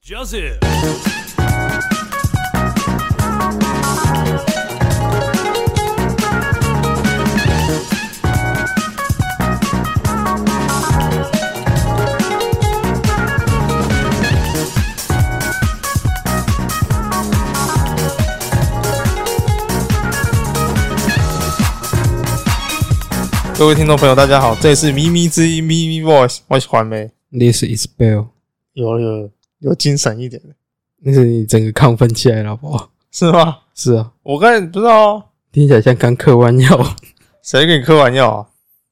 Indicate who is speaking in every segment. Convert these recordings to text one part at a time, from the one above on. Speaker 1: Joseph。
Speaker 2: 各位听众朋友，大家好，这里是咪咪之音咪咪 Voice，我是环梅，
Speaker 3: This is Bell，
Speaker 2: 有有有精神一点的，
Speaker 3: 那是你整个亢奋起来了，好不好？
Speaker 2: 是吗？
Speaker 3: 是啊，
Speaker 2: 我刚才不知道哦
Speaker 3: 听起来像刚嗑完药。
Speaker 2: 谁给你嗑完药啊？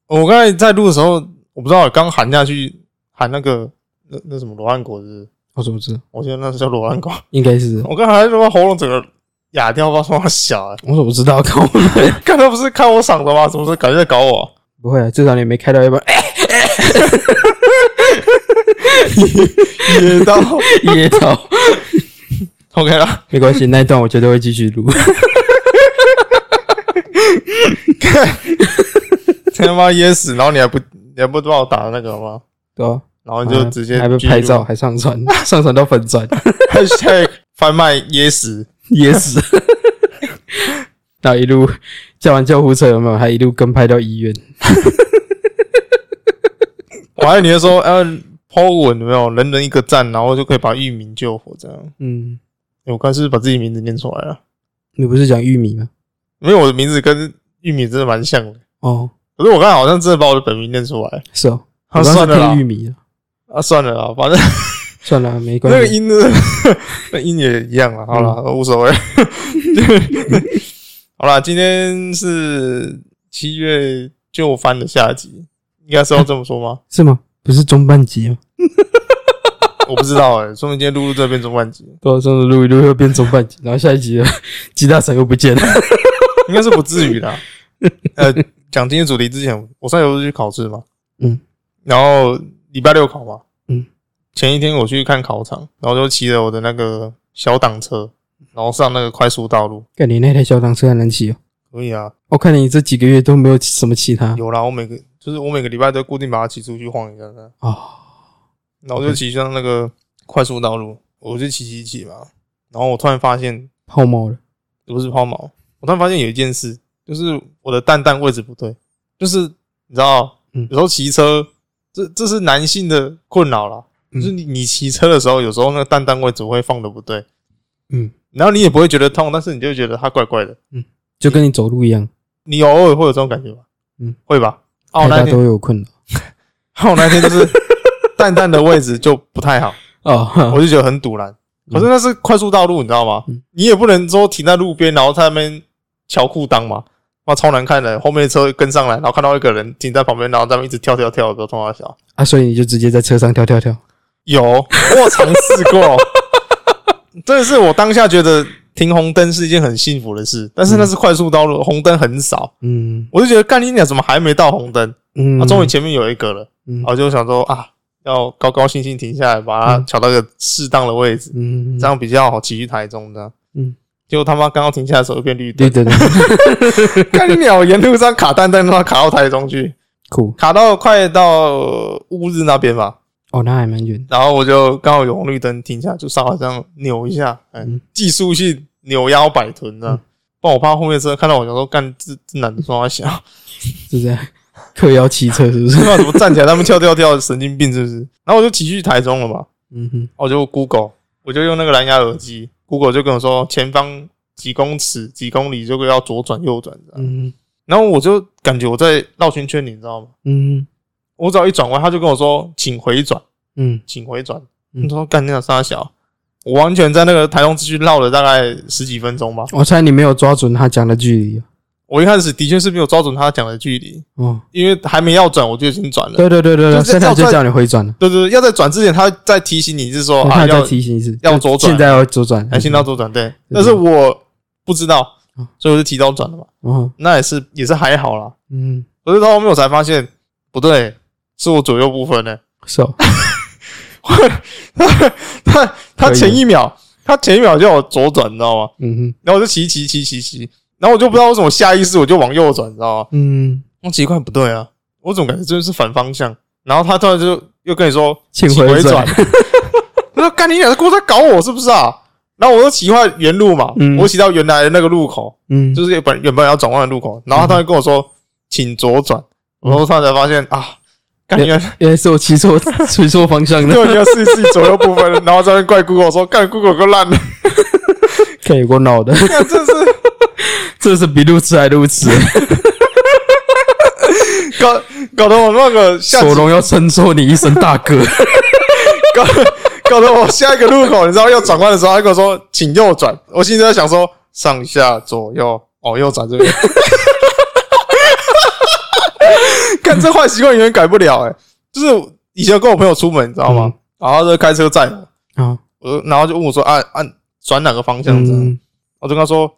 Speaker 2: 我刚才在录的时候，我不知道刚喊下去喊那个那那什么罗汉果是不是，
Speaker 3: 我怎么知道？
Speaker 2: 我觉得那是叫罗汉果。
Speaker 3: 应该是
Speaker 2: 我刚才说喉咙整个哑掉，不知道说小、欸，
Speaker 3: 我怎么知道？看我们
Speaker 2: 刚才不是看我嗓子吗？怎么是感觉在搞我啊、
Speaker 3: 不会啊，至少你没开到一半，哎，
Speaker 2: 噎到
Speaker 3: 噎到。
Speaker 2: ？OK 啦，
Speaker 3: 没关系，那一段我绝对会继续录。
Speaker 2: 他妈噎死，然后你还不你还不帮我打那个吗？
Speaker 3: 对啊，
Speaker 2: 然后就直接
Speaker 3: 还被
Speaker 2: 记录
Speaker 3: 拍照，还上传，上传到粉专，
Speaker 2: ，#hashtag 贩卖噎死。
Speaker 3: 噎死。 然后一路叫完救护车有没有？还一路跟拍到医院。
Speaker 2: 我还有你会说，呃，抛文有没有人人一个赞，然后就可以把域名救活这样。
Speaker 3: 嗯，
Speaker 2: 欸我刚是不是把自己名字念出来了，
Speaker 3: 你不是讲玉米吗？
Speaker 2: 因为我的名字跟玉米真的蛮像的。
Speaker 3: 哦，
Speaker 2: 可是我刚才好像真的把我的本名念出来，
Speaker 3: 是哦，
Speaker 2: 啊
Speaker 3: 我刚
Speaker 2: 算
Speaker 3: 刚
Speaker 2: 了
Speaker 3: 是
Speaker 2: 啦
Speaker 3: 听玉米的，
Speaker 2: 啊，算了啦，反正
Speaker 3: 算了，没关
Speaker 2: 那
Speaker 3: 系。
Speaker 2: 个音的 那音也一样了，好了，无所谓。 好啦，今天是七月就番的下集，应该是要这么说吗？
Speaker 3: 是吗？不是中半集吗？
Speaker 2: 我不知道哎、说明今天录录这边中万集，
Speaker 3: 对啊，这样子录一录又变中半集，然后下一集的 吉大神又不见 了。
Speaker 2: 应该是不至 于啦。呃，讲今天主题之前，我上礼拜不是去考试嘛，
Speaker 3: 嗯，
Speaker 2: 然后礼拜六考嘛，
Speaker 3: 嗯，
Speaker 2: 前一天我去看考场，然后就骑着我的那个小挡车，然后上那个快速道路，
Speaker 3: 看你那台小挡车很难骑哦，
Speaker 2: 可以啊，
Speaker 3: 我看你这几个月都没有骑什么其他
Speaker 2: 有啦，我每个就是我每个礼拜都固定把它骑出去晃一下这样，
Speaker 3: 哦，
Speaker 2: 然后就骑上那个快速道路，我就骑骑骑嘛，然后我突然发现
Speaker 3: 泡沫了。
Speaker 2: 不是抛锚，我突然发现有一件事，就是我的蛋蛋位置不对，就是你知道，
Speaker 3: 嗯
Speaker 2: 有时候骑车，这这是男性的困扰啦，
Speaker 3: 嗯
Speaker 2: 就是你你骑车的时候，有时候那个蛋蛋位置会放的不对，
Speaker 3: 嗯，
Speaker 2: 然后你也不会觉得痛，但是你就会觉得它怪怪的，
Speaker 3: 就跟你走路一样，
Speaker 2: 你偶尔会有这种感觉吧？
Speaker 3: 嗯，
Speaker 2: 会吧？啊，我那
Speaker 3: 大家
Speaker 2: 天，
Speaker 3: 都有困扰
Speaker 2: 啊我那天就是 蛋蛋的位置就不太好，
Speaker 3: 哦。
Speaker 2: 我就觉得很堵然。可是那是快速道路，你知道吗
Speaker 3: 嗯？
Speaker 2: 你也不能说停在路边，然后在那边翘裤裆嘛，哇，超难看的。后面的车跟上来，然后看到一个人停在旁边，然后在那边一直跳跳跳，不知道冲他笑。
Speaker 3: 啊，所以你就直接在车上跳跳跳。
Speaker 2: 有，我有尝试过， 真的是我当下觉得停红灯是一件很幸福的事，但是那是快速道路，红灯很少，
Speaker 3: 嗯
Speaker 2: 我就觉得干你俩怎么还没到红灯？
Speaker 3: 嗯，
Speaker 2: 啊，终于前面有一个了，
Speaker 3: 嗯
Speaker 2: 然后就想说啊，要高高兴兴停下来，把它
Speaker 3: 嗯
Speaker 2: 调到一个适当的位置。
Speaker 3: 嗯
Speaker 2: 这样比较好骑去台中的。啊
Speaker 3: 嗯，
Speaker 2: 结果他妈刚刚停下来的时候又变绿
Speaker 3: 对
Speaker 2: 灯，
Speaker 3: 对 对，
Speaker 2: 干你鸟！沿路上卡单单，他妈卡到台中去，
Speaker 3: 酷
Speaker 2: 卡到快到乌日那边吧。
Speaker 3: 哦，那还蛮远。
Speaker 2: 然后我就刚好有红绿灯停下，就稍微这样扭一下，哎、
Speaker 3: 嗯
Speaker 2: 技术性扭腰摆臀的。
Speaker 3: 嗯
Speaker 2: 不然我怕后面车看到我，想说干这这男的说他小，
Speaker 3: 是 这样，嗑药骑车是不 是
Speaker 2: 他？妈怎么站起来？他们跳跳跳，神经病是不是？然后我就骑去台中了嘛，
Speaker 3: 嗯哼，
Speaker 2: 我就 Google，我就用那个蓝牙耳机，Google 就跟我说前方几公尺、几公里就要左转、右转这样。
Speaker 3: 嗯
Speaker 2: 然后我就感觉我在绕圈圈，你知道吗？
Speaker 3: 嗯
Speaker 2: 我只要一转弯，他就跟我说请回转，
Speaker 3: 嗯，
Speaker 2: 请回转。
Speaker 3: 嗯
Speaker 2: 你说干那傻小，我完全在那个台中市区绕了大概十几分钟吧。
Speaker 3: 我猜哦你没有抓准他讲的距离
Speaker 2: 我一开始的确是没有抓准他讲的距离，
Speaker 3: 哦。
Speaker 2: 因为还没要转我就已经转了。
Speaker 3: 对对对对对，
Speaker 2: 就是
Speaker 3: 现在
Speaker 2: 要
Speaker 3: 就
Speaker 2: 在
Speaker 3: 叫你回转了。
Speaker 2: 对对对，要在转之前，他在提醒你是说
Speaker 3: 我
Speaker 2: 啊
Speaker 3: 看
Speaker 2: 要
Speaker 3: 再提醒一次，
Speaker 2: 要左转
Speaker 3: 现在要左转，
Speaker 2: 哎先到左转对，
Speaker 3: 对
Speaker 2: 但是我不知道
Speaker 3: 嗯，
Speaker 2: 所以我就提早转了嘛。
Speaker 3: 哦，
Speaker 2: 那也是也是还好啦，
Speaker 3: 嗯，
Speaker 2: 可是到后面我才发现不对，是我左右不分呢、
Speaker 3: 是哦，
Speaker 2: 他他
Speaker 3: 可以
Speaker 2: 前一秒，他前一秒叫我左转，你知道吗？
Speaker 3: 嗯哼，
Speaker 2: 然后我就骑骑骑骑骑，然后我就不知道为什么下意识我就往右转，你知道吗？
Speaker 3: 嗯，
Speaker 2: 我奇怪不对啊， 我总感觉这是反方向。然后他突然就又跟你说
Speaker 3: 请
Speaker 2: 回
Speaker 3: 回转，
Speaker 2: 我说干你俩在过在搞我是不是啊？然后我就骑回原路嘛，
Speaker 3: 嗯
Speaker 2: 我骑到原来的那个路口，
Speaker 3: 嗯，
Speaker 2: 就是本原本要转弯的路口，然后他就跟我说请左转，然后他才发现啊，感觉
Speaker 3: 原来是我骑错骑错 方向了，
Speaker 2: 六零四四左右部分，然后在那边怪 Google 说干 Google 够烂的，
Speaker 3: 看有够闹 的，
Speaker 2: 干真是
Speaker 3: 这是比路痴还路痴，
Speaker 2: 搞搞得我那个 下
Speaker 3: 索隆要称作你一声 大哥。
Speaker 2: 搞搞得我下一个路口，你知道要转弯的时候，他跟我说请右转，我心里在想说上下左右哦，右转这边。 看这坏习惯永远改不了哎、就是以前跟我朋友出门，你知道吗？然后他就开车载我，
Speaker 3: 啊，嗯
Speaker 2: 我就然后就问我说按按转哪个方
Speaker 3: 这
Speaker 2: 向这样，啊我就跟他说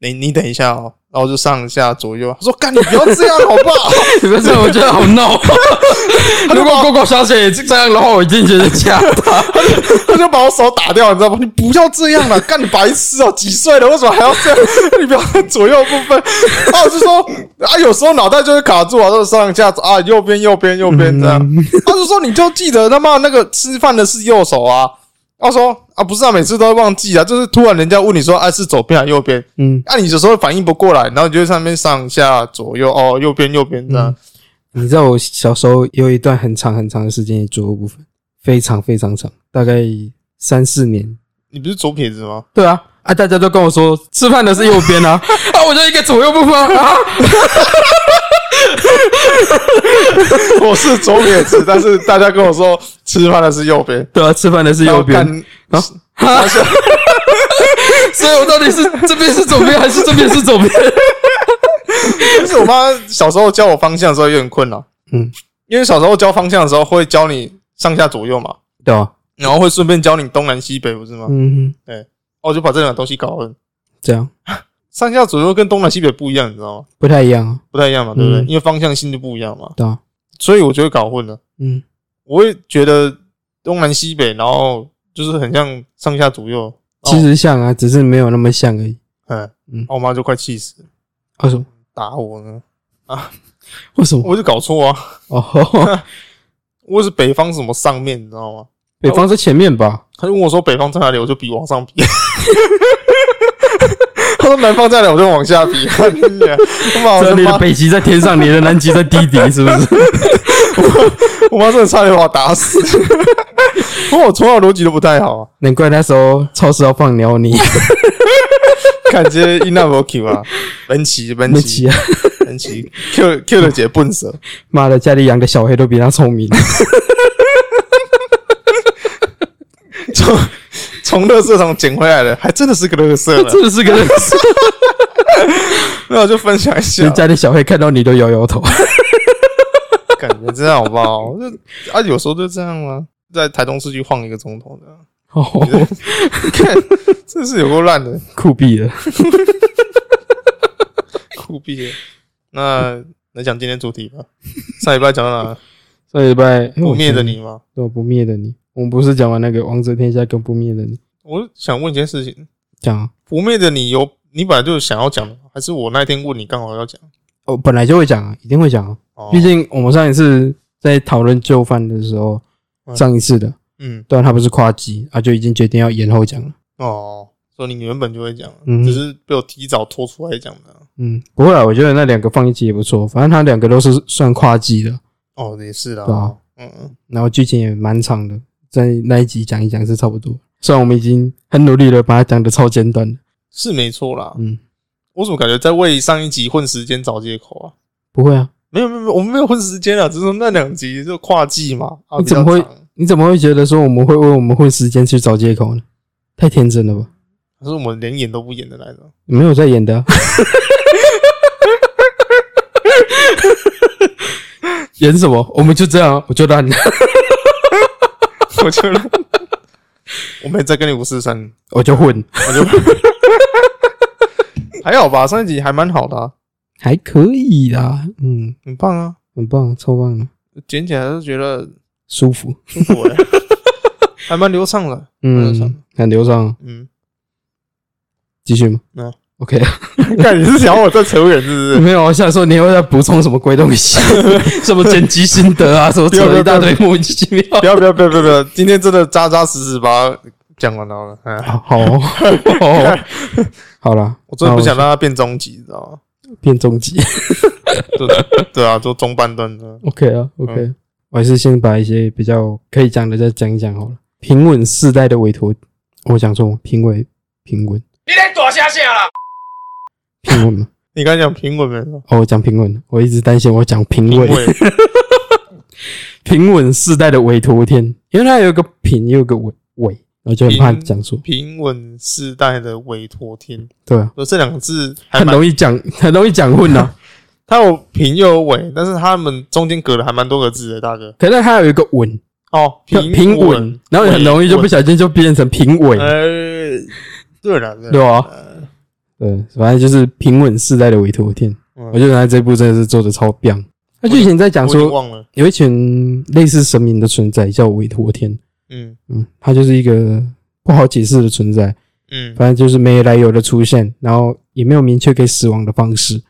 Speaker 2: 你你等一下哦，然后我就上下左右，他说干你不要这样好不好？
Speaker 3: 你们 这样我觉得好闹。如果狗狗小姐也是这样的话，我一定觉得 吓到。
Speaker 2: 他就把我手打掉，你知道吗？你不要这样了，干你白痴哦、几岁了，为什么还要这样？ 你不要看左右部分。然后我就说啊，有时候脑袋就会卡住啊，就是上下啊，右边右边右边嗯这样。
Speaker 3: 嗯
Speaker 2: 他就说你就记得他妈那个吃饭的是右手啊。他说啊，不是啊，每次都会忘记啊，就是突然人家问你说啊是左边还是右边，
Speaker 3: 嗯，
Speaker 2: 啊你有时候反应不过来，然后你就在上面上下左右哦，右边右边这样。
Speaker 3: 你知道我小时候有一段很长很长的时间也做过部分，非常非常长，大概三四年。
Speaker 2: 你不是左撇子吗？
Speaker 3: 对啊，啊，大家都跟我说吃饭的是右边啊， 啊，我就一个左右部分啊，
Speaker 2: 我是左撇子，但是大家跟我说吃饭的是右边。
Speaker 3: 对啊，吃饭的是右边
Speaker 2: 然 后，干
Speaker 3: 啊，所以我到底是这边是左边还是这边是左边？
Speaker 2: 就是我妈小时候教我方向的时候有点困扰，
Speaker 3: 嗯，
Speaker 2: 因为小时候教方向的时候会教你上下左右嘛，
Speaker 3: 对啊，
Speaker 2: 然后会顺便教你东南西北，不是吗？
Speaker 3: 嗯，
Speaker 2: 哦，我就把这两个东西搞混，
Speaker 3: 这样
Speaker 2: 上下左右跟东南西北不一样，你知道吗？
Speaker 3: 不太一样啊，
Speaker 2: 不太一样嘛，对不对？
Speaker 3: 嗯
Speaker 2: 因为方向性就不一样嘛，
Speaker 3: 对啊，
Speaker 2: 所以我就会搞混了。
Speaker 3: 嗯，
Speaker 2: 我会觉得东南西北，然后就是很像上下左右。
Speaker 3: 其实像啊，只是没有那么像而已。
Speaker 2: 嗯
Speaker 3: 嗯
Speaker 2: 嗯，我妈就快气死了，
Speaker 3: 为什么？
Speaker 2: 打我呢，
Speaker 3: 为哦什么？
Speaker 2: 我就搞错啊，
Speaker 3: 哦，
Speaker 2: 我是北方什么上面，你知道吗？
Speaker 3: 北方在前面吧？
Speaker 2: 他就问我说北方在哪里，我就比往上比。 他说南方在哪里，我就往下比。 看你娘我妈，我
Speaker 3: 这
Speaker 2: 他
Speaker 3: 哦里的
Speaker 2: 妈，
Speaker 3: 北极在天上，你的南极在地底，是不 是？
Speaker 2: 我妈真的差点把我打死。 不过我从小逻辑都不太好啊，
Speaker 3: 难怪那时候超市要放鸟你，
Speaker 2: 感觉伊那无 Q 啊，本奇本
Speaker 3: 那
Speaker 2: 奇
Speaker 3: 奇啊！
Speaker 2: 本奇，Q Q 的姐笨蛇，
Speaker 3: 妈的，家里养的小黑都比他聪明。
Speaker 2: 从从乐色场捡回来的，还真的是个乐色呢。
Speaker 3: 真的是个人，
Speaker 2: 那我就分享一下
Speaker 3: 人，家的小黑看到你都摇 摇头。
Speaker 2: 感觉这样好不好？就啊，有时候就这样啊，在台东市区晃一个钟头的，
Speaker 3: 哦，
Speaker 2: 看 真是有够烂的。
Speaker 3: 酷毙了！
Speaker 2: 酷毙了！那来讲今天主题 吧。上礼拜讲到哪？
Speaker 3: 上礼拜
Speaker 2: 不灭的，你吗？
Speaker 3: 对，不灭的你，我们不是讲完那个《王者天下》跟不灭的你
Speaker 2: 我想问一件事情：
Speaker 3: 讲啊？
Speaker 2: 不灭的你有你本来就想要讲的吗，还是我那天问你刚好要讲？
Speaker 3: 哦，本来就会讲啊，一定会讲啊。
Speaker 2: 哦，
Speaker 3: 毕竟我们上一次在讨论就范的时候，
Speaker 2: 嗯
Speaker 3: 上一次的，
Speaker 2: 嗯
Speaker 3: 对啊，他不是跨机啊，就已经决定要延后讲了。
Speaker 2: 哦，所以你原本就会讲，
Speaker 3: 嗯
Speaker 2: 只是被我提早拖出来讲的。
Speaker 3: 嗯，不会啊，我觉得那两个放一起也不错，反正它两个都是算跨机的，
Speaker 2: 哦，也是啦
Speaker 3: 对啊。
Speaker 2: 嗯嗯，
Speaker 3: 然后剧情也蛮长的，在那一集讲一讲是差不多。虽然我们已经很努力的把它讲的超简短了，
Speaker 2: 是没错啦。
Speaker 3: 嗯，
Speaker 2: 我怎么感觉在为上一集混时间找借口啊？
Speaker 3: 不会啊，
Speaker 2: 没有没有没有，我们没有混时间啊，只是说那两集就跨季嘛。啊，
Speaker 3: 你怎么
Speaker 2: 比较
Speaker 3: 会
Speaker 2: 长？
Speaker 3: 你怎么会觉得说我们会为我们混时间去找借口呢？太天真了吧？
Speaker 2: 可是我们连演都不演的那种。
Speaker 3: 没有在演的啊、演什么？我们就这样啊，我就烂了，
Speaker 2: 我就让我没再跟你五四三，
Speaker 3: 我就混，
Speaker 2: 我就还好吧，上一集还蛮好的、啊，
Speaker 3: 还可以啦，嗯，
Speaker 2: 很棒啊，
Speaker 3: 很棒，超棒的，
Speaker 2: 剪起来就觉得
Speaker 3: 舒服，
Speaker 2: 舒服 欸还蛮流畅的，蛮流畅的
Speaker 3: 嗯，很流畅啊，
Speaker 2: 嗯，
Speaker 3: 继续吗？
Speaker 2: 嗯，
Speaker 3: OK，啊
Speaker 2: 看你是想我再扯远是不 是？
Speaker 3: 没有，我想说你又在补充什么鬼东 西，什么剪辑心得啊，什么扯了一大堆莫名其妙。
Speaker 2: 不要不要不要不要不要！今天真的扎扎实实把它讲完了。嗯，
Speaker 3: 好哦，好哦，好了，
Speaker 2: 我真的不想
Speaker 3: 那
Speaker 2: 让它变终极，你知道吗？
Speaker 3: 我变终极。
Speaker 2: 对对啊，就中半段的。
Speaker 3: OK 啊，OK，、我
Speaker 2: 嗯
Speaker 3: 还是先把一些比较可以讲的再讲一讲好了。平稳世代的委托，我讲错吗？平稳，平稳，
Speaker 1: 你咧大声啥啦？
Speaker 3: 平稳吗？
Speaker 2: 你刚才讲平稳没有？
Speaker 3: 哦，我讲平稳，我一直担心我讲平
Speaker 2: 因
Speaker 3: 稳。
Speaker 2: 为
Speaker 3: 平稳世代的委托天，因为它有一个平，又有一个稳稳，我就很怕讲错。
Speaker 2: 平稳世代的委托天，
Speaker 3: 对啊，
Speaker 2: 就这两个字还
Speaker 3: 很
Speaker 2: 蛮，
Speaker 3: 容易讲，很容易讲混 啊。
Speaker 2: 它有平又有稳，但是他们中间隔了还蛮多个字的，大哥。
Speaker 3: 可是它有一个稳，
Speaker 2: 哦，
Speaker 3: 平稳，然后你很容易就不
Speaker 2: 稳
Speaker 3: 小心就变成平稳，
Speaker 2: 呃，对了，哦
Speaker 3: 对啊
Speaker 2: 了，
Speaker 3: 吧？对，反正就是平稳世代的委托天，我
Speaker 2: 我
Speaker 3: 觉得他这部真的是做的超棒。他就以前在讲
Speaker 2: 我已经
Speaker 3: 说，
Speaker 2: 忘了，
Speaker 3: 有一群类似神明的存在叫韦陀天，
Speaker 2: 嗯
Speaker 3: 嗯，它就是一个不好解释的存在，
Speaker 2: 嗯，
Speaker 3: 反正就是没来由的出现，然后也没有明确可以死亡的方式，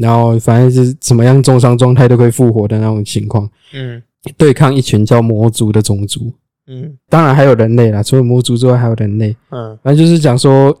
Speaker 3: 然后反正是怎么样重伤状态都可以复活的那种情况，
Speaker 2: 嗯
Speaker 3: 对抗一群叫魔族的种族，
Speaker 2: 嗯
Speaker 3: 当然还有人类啦，除了魔族之外还有人类，
Speaker 2: 嗯
Speaker 3: 反正就是讲说，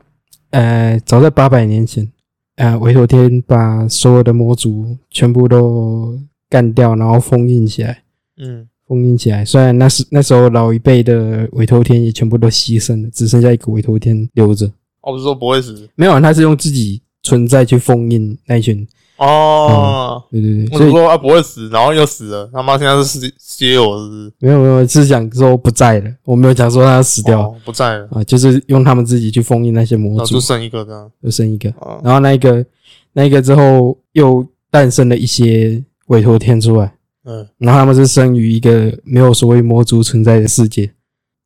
Speaker 3: 呃，早在八百年前，呃，韦陀天把所有的魔族全部都干掉，然后封印起来。
Speaker 2: 嗯
Speaker 3: 封印起来。虽然那时那时候老一辈的委托天也全部都牺牲了，只剩下一个委托天留着。
Speaker 2: 哦，不是说不会死
Speaker 3: 没有，他是用自己存在去封印那一群。
Speaker 2: 哦，
Speaker 3: 对对对，
Speaker 2: 我
Speaker 3: 嗯所
Speaker 2: 是
Speaker 3: 以
Speaker 2: 说啊不会死，然后又死了，他妈现在是死歇我是不是
Speaker 3: 没有没有是讲说不在了，我没有讲说他死掉了
Speaker 2: 哦不在了，
Speaker 3: 啊、就是用他们自己去封印那些
Speaker 2: 然
Speaker 3: 魔
Speaker 2: 后
Speaker 3: 族
Speaker 2: 就，剩一个这样
Speaker 3: 就剩一个。
Speaker 2: 啊，
Speaker 3: 然后那一个那一个之后又诞生了一些委托天出来。
Speaker 2: 嗯
Speaker 3: 然后他们是生于一个没有所谓魔族存在的世界，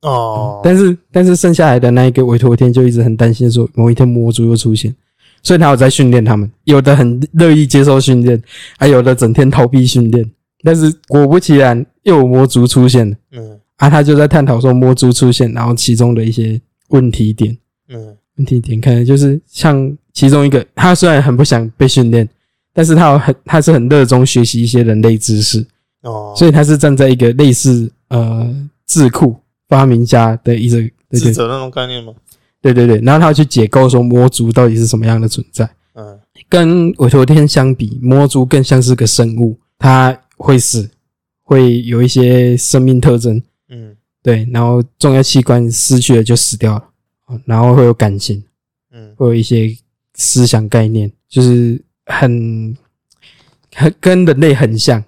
Speaker 2: 哦，
Speaker 3: 但是但是剩下来的那一个委托天就一直很担心，说某一天魔族又出现，所以他有在训练他们，有的很乐意接受训练，还有的整天逃避训练。但是果不其然，又有魔族出现了
Speaker 2: 嗯
Speaker 3: 啊！他就在探讨说魔族出现，然后其中的一些问题点。
Speaker 2: 嗯
Speaker 3: 问题点可能就是像其中一个，他虽然很不想被训练，但是他有很他是很热衷学习一些人类知识，
Speaker 2: 哦，
Speaker 3: 所以他是站在一个类似呃智库发明家的一个对对
Speaker 2: 智者那种概念吗？
Speaker 3: 对对对，然后他要去解构说魔族到底是什么样的存在。
Speaker 2: 嗯
Speaker 3: 跟委托天相比，魔族更像是个生物，它会死，会有一些生命特征，
Speaker 2: 嗯
Speaker 3: 对，然后重要器官失去了就死掉了，哦然后会有感情，
Speaker 2: 嗯
Speaker 3: 会有一些思想概念，就是很很跟人类很像，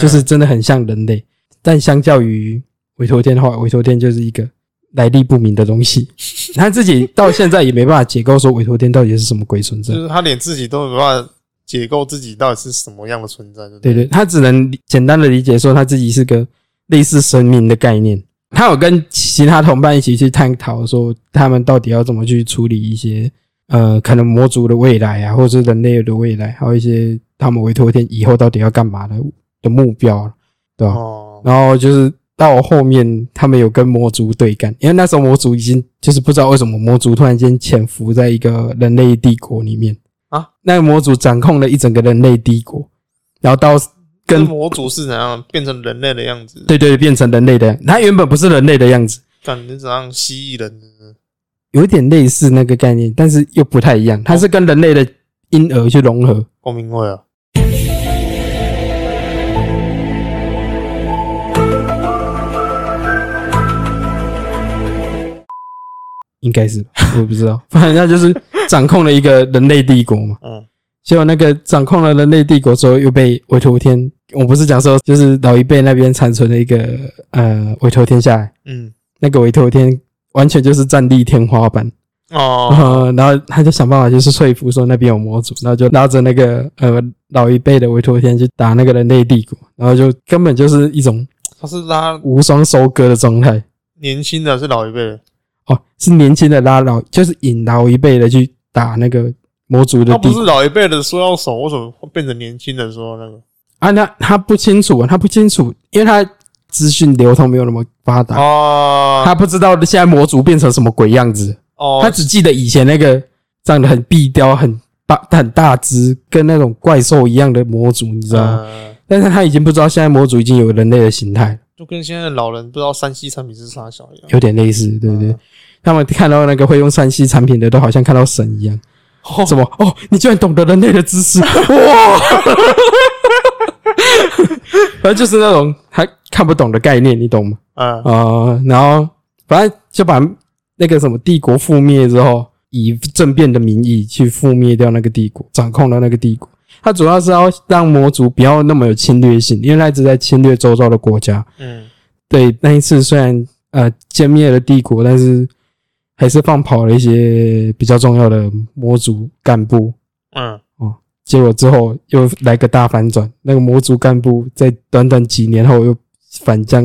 Speaker 3: 就是真的很像人类，但相较于委托天的话，委托天就是一个来历不明的东西，他自己到现在也没办法解构说委托天到底是什么鬼存在
Speaker 2: 就。是他连自己都没办法解构自己到底是什么样的存在，
Speaker 3: 对
Speaker 2: 不
Speaker 3: 对，他只能理简单的理解说他自己是个类似神明的概念。他有跟其他同伴一起去探讨说，他们到底要怎么去处理一些呃，可能魔族的未来啊，或者是人类的未来，还有一些他们委托天以后到底要干嘛的的目标啊，对吧、
Speaker 2: 哦，
Speaker 3: 然后就是到后面他们有跟魔族对干，因为那时候魔族已经就是不知道为什么魔族突然间潜伏在一个人类帝国里面
Speaker 2: 啊，
Speaker 3: 那个魔族掌控了一整个人类帝国，然后到
Speaker 2: 跟
Speaker 3: 跟
Speaker 2: 魔族是怎样变成人类的样子？
Speaker 3: 对对变成人类的样，他原本不是人类的样子，
Speaker 2: 感觉怎样蜥蜴人的？
Speaker 3: 有一点类似那个概念，但是又不太一样，它是跟人类的婴儿去融合。
Speaker 2: 光明会啊，
Speaker 3: 应该是吧，我也不知道，反正他就是掌控了一个人类帝国嘛。
Speaker 2: 嗯，
Speaker 3: 结果那个掌控了人类帝国之后，又被韦陀天，我不是讲说，就是老一辈那边残存的一个呃韦陀天下来，
Speaker 2: 嗯，
Speaker 3: 那个韦陀天完全就是战力天花板，
Speaker 2: 哦，
Speaker 3: 呃，然后他就想办法就是说服说那边有魔族，然后就拉着那个呃老一辈的韦陀天去打那个人类帝国，然后就根本就是一种
Speaker 2: 他是拉
Speaker 3: 无双收割的状态。
Speaker 2: 年轻的，还是老一辈的，
Speaker 3: 哦，是年轻的拉老，就是引老一辈的去打那个魔族的
Speaker 2: 他哦不
Speaker 3: 帝
Speaker 2: 是
Speaker 3: 国
Speaker 2: 老一辈的说要手，为什么会变成年轻人说那个？
Speaker 3: 啊。那他不清楚，他不清楚，因为他资讯流通没有那么发达，
Speaker 2: 哦，
Speaker 3: 啊他不知道现在魔族变成什么鬼样子，
Speaker 2: 哦，
Speaker 3: 他只记得以前那个长得很壁雕、很大、很大只，跟那种怪兽一样的魔族，你知道吗？
Speaker 2: 嗯
Speaker 3: 但是啊他已经不知道现在魔族已经有人类的形态，
Speaker 2: 就跟现在的老人不知道山西产品是啥小一样。
Speaker 3: 有点类似，对不对
Speaker 2: 嗯？
Speaker 3: 他们看到那个会用山西产品的，都好像看到神一样。
Speaker 2: 哦
Speaker 3: 什么？ 哦，你居然懂得人类的知 识，哇！反正就是那种还看不懂的概念，你懂吗？
Speaker 2: 嗯，
Speaker 3: 呃，然后反正就把那个什么帝国覆灭之后，以政变的名义去覆灭掉那个帝国，掌控了那个帝国。他主要是要让魔族不要那么有侵略性，因为他一直在侵略周遭的国家。
Speaker 2: 嗯，
Speaker 3: 对，那一次虽然呃歼灭了帝国，但是还是放跑了一些比较重要的魔族干部。
Speaker 2: 嗯，
Speaker 3: 结果之后又来个大反转，那个魔族干部在短短几年后又反将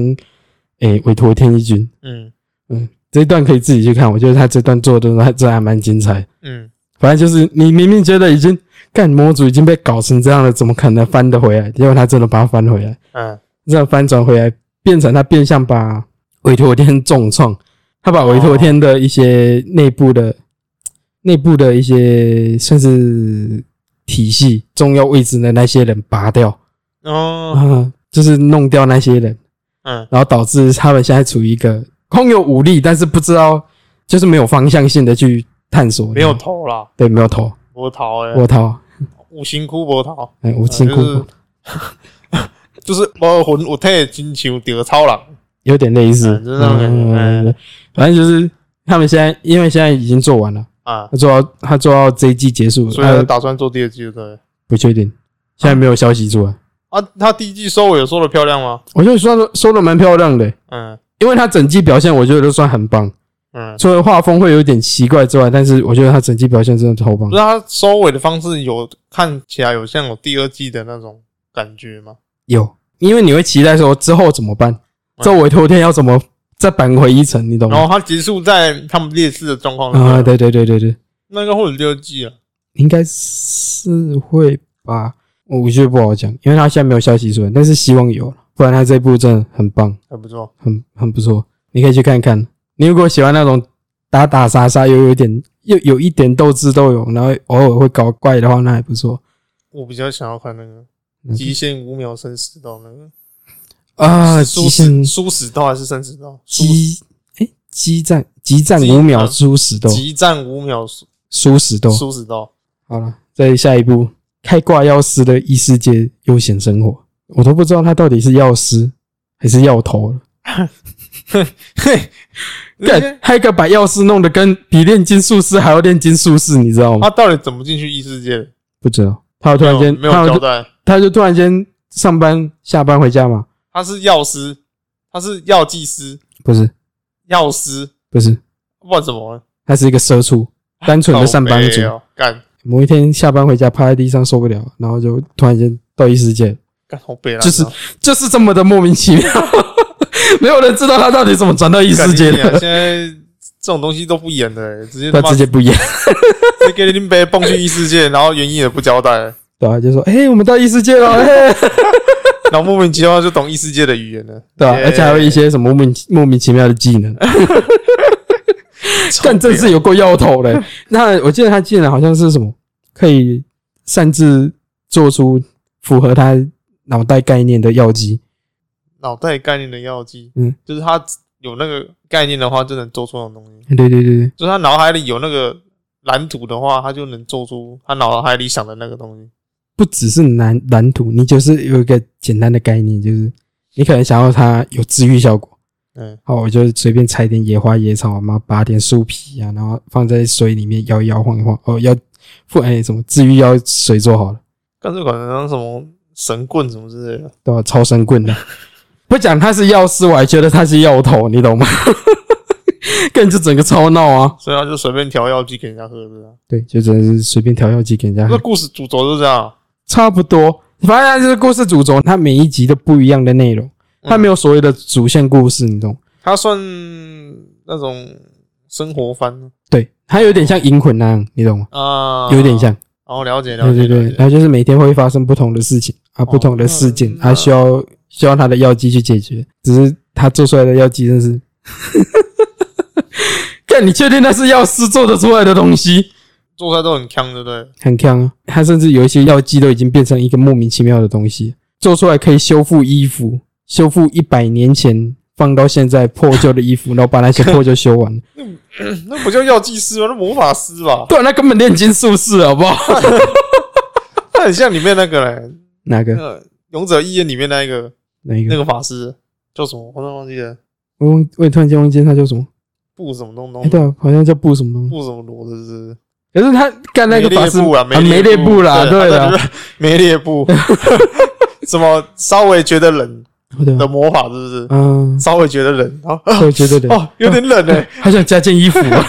Speaker 3: 诶委托天一军。
Speaker 2: 嗯，
Speaker 3: 嗯，这一段可以自己去看，我觉得他这段做的还真还蛮精彩。
Speaker 2: 嗯，
Speaker 3: 反正就是你明明觉得已经干魔族已经被搞成这样了，怎么可能翻得回来？结果他真的把它翻回来，
Speaker 2: 嗯，
Speaker 3: 这样翻转回来，变成他变相把委托天重创，他把委托天的一些内部的、内部的一些算是体系重要位置的那些人拔掉啊、
Speaker 2: 哦，
Speaker 3: 就是弄掉那些人，
Speaker 2: 嗯，
Speaker 3: 然后导致他们现在处于一个空有武力，但是不知道就是没有方向性的去探索，
Speaker 2: 没有嗯投啦，
Speaker 3: 对，没有头，
Speaker 2: 没投诶，
Speaker 3: 我头，
Speaker 2: 五行窟没投，
Speaker 3: 哎，我辛苦，
Speaker 2: 呃就是就是无魂有体，亲像着超人。
Speaker 3: 有点类似，
Speaker 2: 嗯就是那种感觉
Speaker 3: 嗯
Speaker 2: 嗯
Speaker 3: 反正就是他们现在，因为现在已经做完了，
Speaker 2: 啊，
Speaker 3: 他做到他做到这一季结束，
Speaker 2: 所以他
Speaker 3: 呃
Speaker 2: 打算做第二季对不对？
Speaker 3: 不确定，现在没有消息出来。
Speaker 2: 啊，他第一季收尾有收的漂亮吗？
Speaker 3: 我觉得说的说的蛮漂亮的，
Speaker 2: 嗯
Speaker 3: 因为他整季表现我觉得都算很棒，
Speaker 2: 嗯，
Speaker 3: 除了画风会有点奇怪之外，但是我觉得他整季表现真的超棒
Speaker 2: 不是。他收尾的方式有看起来有像有第二季的那种感觉吗？
Speaker 3: 有，因为你会期待说之后怎么办，这委托天要怎么再扳回一城，你懂
Speaker 2: 然后
Speaker 3: 吗？
Speaker 2: 他结束在他们劣势的状况
Speaker 3: 啊，
Speaker 2: 下，
Speaker 3: 对对对对对，
Speaker 2: 那应该会有第二季啊。
Speaker 3: 应该是会吧，我我觉得不好讲，因为他现在没有消息出来，但是希望有，不然他这部真的很棒，
Speaker 2: 还不错。
Speaker 3: 很很不错，你可以去看看。你如果喜欢那种打打杀杀，又有一点又有一点斗智斗勇，然后偶尔会搞怪的话，那还不错。
Speaker 2: 我比较想要看那个
Speaker 3: 那
Speaker 2: 极限五秒生死斗那个
Speaker 3: 啊，极
Speaker 2: 殊
Speaker 3: 限
Speaker 2: 死殊死斗还是生死斗？殊
Speaker 3: 激哎激战激战
Speaker 2: 激
Speaker 3: 五秒
Speaker 2: 啊
Speaker 3: 殊死斗，
Speaker 2: 极战五秒殊
Speaker 3: 殊死斗。
Speaker 2: 殊死斗。
Speaker 3: 好了，再下一步，开挂药师的异世界悠闲生活，我都不知道他到底是药师还是药头了。
Speaker 2: 嘿，
Speaker 3: 干，还有一个把药师弄得跟比炼金术师还要炼金术士，你知道吗
Speaker 2: 他？到底怎么进去异世界的？
Speaker 3: 不知道，他突
Speaker 2: 啊没
Speaker 3: 然
Speaker 2: 有
Speaker 3: 间，
Speaker 2: 没有
Speaker 3: 他
Speaker 2: 交
Speaker 3: 就
Speaker 2: 代，
Speaker 3: 他就突然间上班下班回家嘛？
Speaker 2: 他是药师，他是药剂师，
Speaker 3: 不是，
Speaker 2: 药师，
Speaker 3: 不是，
Speaker 2: 不管怎么
Speaker 3: 他是一个社畜，单纯的上班
Speaker 2: 啊靠
Speaker 3: 族
Speaker 2: 北。哦干
Speaker 3: 某一天下班回家趴在地上受不了，然后就突然间到异世界，
Speaker 2: 干好悲啊！
Speaker 3: 就是就是这么的莫名其妙， 没有人知道他到底怎么转到异
Speaker 2: 异
Speaker 3: 世界的。
Speaker 2: 现在这种东西都不演的、直接
Speaker 3: 他
Speaker 2: 他妈
Speaker 3: 直接不演，
Speaker 2: 直接给林北蹦去异世界，然后原因也不交代，
Speaker 3: 对啊，就说：“哎、我们到异世界了。嘿
Speaker 2: 然后莫名其妙就懂异世界的语言了，
Speaker 3: 对啊，
Speaker 2: 耶
Speaker 3: 而且还有一些什么莫名莫名其妙的技能，干真是有够要头嘞。 那我记得他技能好像是什么，可以擅自做出符合他脑袋概念的药剂。
Speaker 2: 脑袋概念的药剂，
Speaker 3: 嗯，
Speaker 2: 就是他有那个概念的话，就能做出那种东西；，
Speaker 3: 对对对对，
Speaker 2: 就是他脑海里有那个蓝图的话，他就能做出他脑海里想的那个东西。
Speaker 3: 不只是蓝蓝图，你就是有一个简单的概念，就是你可能想要它有治愈效果。
Speaker 2: 嗯
Speaker 3: 好，我就随便采点野花野草嘛，拔点树皮啊，然后放在水里面摇一摇晃一晃。哦，要不哎、什么治愈药水做好了。
Speaker 2: 干脆可能什么神棍什么之类的，
Speaker 3: 对吧、超神棍的，不讲他是药师，我还觉得他是药头，你懂吗？ 更就整个超闹啊！
Speaker 2: 所以他就随便调药剂给人家喝的。
Speaker 3: 对，就真的是随便调药剂给人家
Speaker 2: 这
Speaker 3: 喝，
Speaker 2: 故事主轴就这样，
Speaker 3: 差不多。反正它就是故事主轴，它每一集都不一样的内容，它没有所谓的主线故事，你懂？
Speaker 2: 他算那种生活番
Speaker 3: 对，它有点像银魂那样，你懂吗？
Speaker 2: 啊，
Speaker 3: 有点。像，
Speaker 2: 哦，了解了
Speaker 3: 对
Speaker 2: 解，
Speaker 3: 对对
Speaker 2: 了。解
Speaker 3: 然后就是每天会发生不同的事情啊，不同的事件，它需要需要它的药剂去解决，只是它做出来的药剂真 是。看，你确定那是药师做的出来的东西？
Speaker 2: 做出来都很强，对不对？
Speaker 3: 很强啊。它甚至有一些药剂都已经变成一个莫名其妙的东西，做出来可以修复衣服，修复一百年前放到现在破旧的衣服，然后把那些破旧修完。
Speaker 2: 那不叫药剂师吗？那魔法师吧？
Speaker 3: 对啊，那根本炼金术士，好不好？
Speaker 2: 那很像里面那个嘞，
Speaker 3: 哪
Speaker 2: 那
Speaker 3: 个？
Speaker 2: 个《勇者义彦》里面那一个
Speaker 3: 哪一
Speaker 2: 那
Speaker 3: 个？
Speaker 2: 个法师叫什么？我突然忘记了，
Speaker 3: 我忘我也突然间忘记它叫什么。
Speaker 2: 布什么东东
Speaker 3: 哎，，对啊，好像叫布什么东西。
Speaker 2: 布什么罗的是
Speaker 3: 可是他干那个法师
Speaker 2: 布啦，
Speaker 3: 啊梅列布啦，对啊
Speaker 2: 的
Speaker 3: 的，，
Speaker 2: 梅列 布，什么稍微觉得冷
Speaker 3: 对
Speaker 2: 的
Speaker 3: 啊，
Speaker 2: 魔法是不是？
Speaker 3: 嗯，
Speaker 2: 稍微觉得冷，然后啊
Speaker 3: 我觉得的，
Speaker 2: 哦，有点冷诶，
Speaker 3: 好想加件衣服 啊，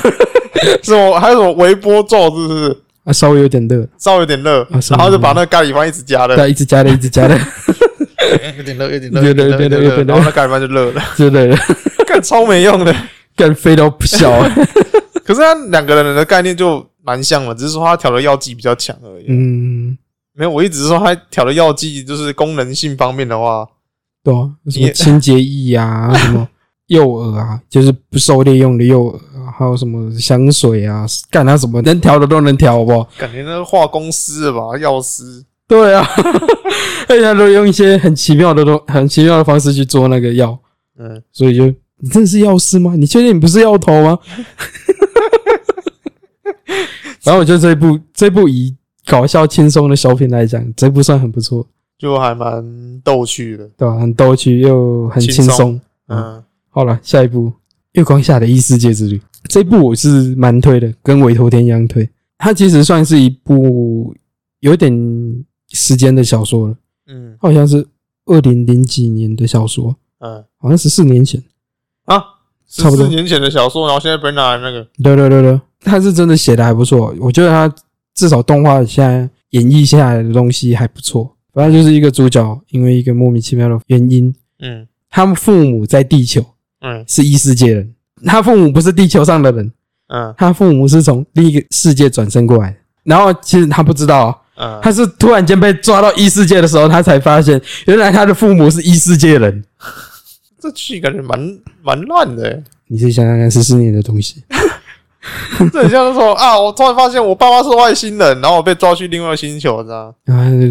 Speaker 2: 什么还有什么微波咒是不是？
Speaker 3: 啊稍微有点热，
Speaker 2: 稍微有点热
Speaker 3: 啊，是
Speaker 2: 然后就把那个咖喱饭一直加热，
Speaker 3: 对，一直加的，一直加 的
Speaker 2: 哎有点热，有点热，
Speaker 3: 有点热
Speaker 2: 有点
Speaker 3: 有点热
Speaker 2: 热，然后那咖喱饭就热了，
Speaker 3: 之类的，
Speaker 2: 干超没用的。
Speaker 3: 干飞到小 啊，
Speaker 2: 可是他两个人的概念就蛮像了，只是说他调的药剂比较强而已。
Speaker 3: 嗯，
Speaker 2: 没有，我一直是说他调的药剂就是功能性方面的话，
Speaker 3: 对啊，什么
Speaker 2: 也
Speaker 3: 清洁液啊，什 么诱饵啊，就是不狩猎用的诱饵啊，还有什么香水啊，干他什么能调的都能调，好不好？
Speaker 2: 感觉那个化工师了吧，药师。
Speaker 3: 对啊， 而且他都用一些很奇妙的东，很奇妙的方式去做那个药，
Speaker 2: 嗯，
Speaker 3: 所以就你真的是药师吗？你确定你不是药头 吗？然后我觉得这一部这一部以搞笑轻松的小品来讲，这部算很不错，
Speaker 2: 就还蛮逗趣的。
Speaker 3: 对吧、很逗趣又很轻
Speaker 2: 轻
Speaker 3: 松
Speaker 2: 松。嗯，
Speaker 3: 好了，下一部《月光下的异世界之旅》这一部我是蛮推的，跟《委托天》一样推。它其实算是一部有点时间的小说了，
Speaker 2: 嗯
Speaker 3: 好像是二零零几年的小说，
Speaker 2: 嗯
Speaker 3: 好像十四年前。
Speaker 2: 啊，差
Speaker 3: 差不
Speaker 2: 不
Speaker 3: 多
Speaker 2: 多年前的小说，然后现在被拿来那个，
Speaker 3: 对对对对，他是真的写的还不错，我觉得他至少动画现在演绎下来的东西还不错。反正就是一个主角因为一个莫名其妙的原因，
Speaker 2: 嗯
Speaker 3: 他们父母在地球
Speaker 2: 嗯
Speaker 3: 是异世界人，他父母不是地球上的人，
Speaker 2: 嗯
Speaker 3: 他父母是从另一个世界转身过来的。然后其实他不知道、啊
Speaker 2: 嗯，
Speaker 3: 他是突然间被抓到异世界的时候，他才发现原来他的父母是异世界人。
Speaker 2: 这剧感觉蛮蛮烂的欸，
Speaker 3: 你自己想想看，十四年的东西，
Speaker 2: 这很像那种啊，我突然发现我爸妈是外星人，然后我被抓去另外一个星球，这样，
Speaker 3: 啊，对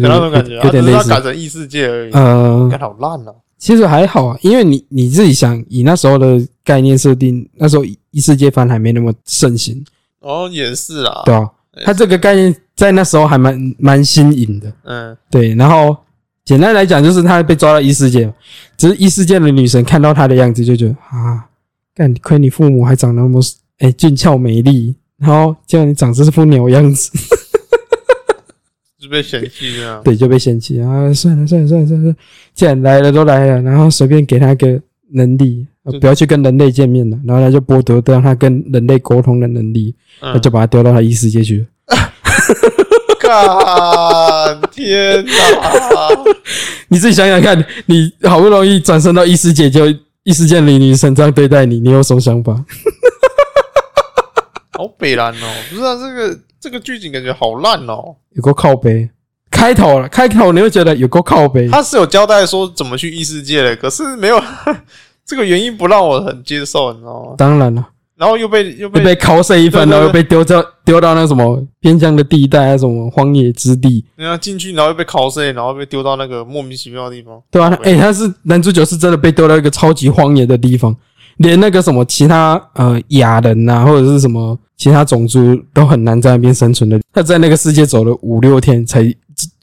Speaker 2: 有
Speaker 3: 对对
Speaker 2: 那种感觉，
Speaker 3: 有
Speaker 2: 啊只
Speaker 3: 有点
Speaker 2: 是
Speaker 3: 类
Speaker 2: 他
Speaker 3: 似
Speaker 2: 改。成异世界而已，
Speaker 3: 呃，
Speaker 2: 感好烂哦。
Speaker 3: 其实还好啊，因为你你自己想，以那时候的概念设定，那时候异世界番还没那么盛行，
Speaker 2: 哦，也是啦，
Speaker 3: 对吧、它这个概念在那时候还蛮蛮新颖的，
Speaker 2: 嗯
Speaker 3: 对。然后简单来讲，就是他被抓到异世界，只是异世界的女神看到他的样子就觉得啊，干亏你父母还长得那么哎、俊俏美丽，然后结果你长这副鸟样子，
Speaker 2: 就被嫌弃这样，
Speaker 3: 对，就被嫌弃啊！算了算了算了算了，既然来了都来了，然后随便给他个能力，呃
Speaker 2: 就
Speaker 3: 不要去跟人类见面了，然后他就剥夺掉他跟人类沟通的能力，那
Speaker 2: 嗯，
Speaker 3: 就把他丢到他异世界去了。
Speaker 2: 干天哪！
Speaker 3: 你自己想想看，你好不容易转身到异世界，就异世界里女神这样对待你，你有什么想法？
Speaker 2: 好北蓝哦，不是啊，这个这个剧情感觉好烂哦。
Speaker 3: 有够靠背，开头了，开头你会觉得有够靠背，
Speaker 2: 他是有交代说怎么去异世界的，可是没有 这个原因不让我很接受，你知道吗？
Speaker 3: 当然了。
Speaker 2: 然后又被又
Speaker 3: 又被
Speaker 2: 被
Speaker 3: 拷射一番，
Speaker 2: 对对
Speaker 3: 然后又
Speaker 2: 对
Speaker 3: 被丢到丢到那什么边疆的地带，啊，什么荒野之地，
Speaker 2: 人家进去，然后又被拷碎，然后被丢到那个莫名其妙的地方。
Speaker 3: 对啊，
Speaker 2: 对
Speaker 3: 哎、他是男主角是真的被丢到一个超级荒野的地方，连那个什么其他呃亚人啊，或者是什么其他种族都很难在那边生存的。他在那个世界走了五六天，才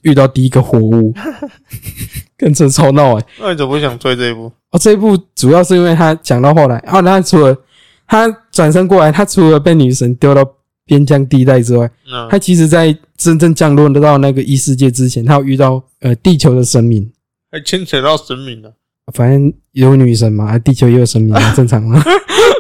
Speaker 3: 遇到第一个 活物，跟这超闹哎、
Speaker 2: 那你怎么会想追这一部？
Speaker 3: 哦，这一部主要是因为他讲到后来啊，那除了他转身过来，他除了被女神丢到边疆地带之外，
Speaker 2: 嗯
Speaker 3: 他其实在真正降落到那个异世界之前，他有遇到呃地球的神明。
Speaker 2: 还牵扯到神明啊了。
Speaker 3: 反正有女神嘛，啊地球也有神明嘛，正常嘛。啊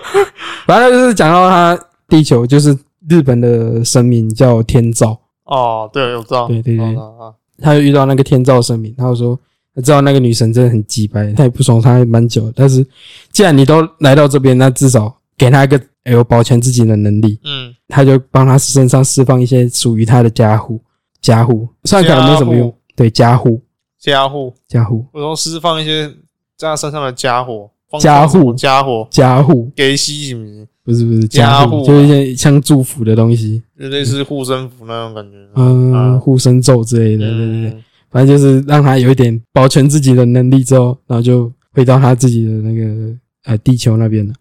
Speaker 3: 反正就是讲到他地球就是日本的神明叫天照，
Speaker 2: 哦，对，我知道，
Speaker 3: 对对对
Speaker 2: 我知道啊，
Speaker 3: 他就遇到那个天照神明，他就说他知道那个女神真的很鸡掰，他也不爽她还蛮久的，但是既然你都来到这边，那至少给他一个哎有保全自己的能力，
Speaker 2: 嗯，
Speaker 3: 他就帮他身上释放一些属于他的家户家户，虽然可能没什么
Speaker 2: 家
Speaker 3: 用
Speaker 2: 户，
Speaker 3: 对家户
Speaker 2: 家伙，
Speaker 3: 家户
Speaker 2: 我说释放一些在他身上的家伙，放
Speaker 3: 家伙
Speaker 2: 什么家伙，
Speaker 3: 家户
Speaker 2: 给吸行不行？
Speaker 3: 不是不是
Speaker 2: 加
Speaker 3: 加
Speaker 2: 护
Speaker 3: 护，
Speaker 2: 啊
Speaker 3: 就是一些像祝福的东西，
Speaker 2: 就类似护身符那种感觉。
Speaker 3: 嗯，
Speaker 2: 啊
Speaker 3: 护身咒之类的，对对对，
Speaker 2: 嗯，
Speaker 3: 反正就是让他有一点保全自己的能力之后，然后就回到他自己的那个呃地球那边了。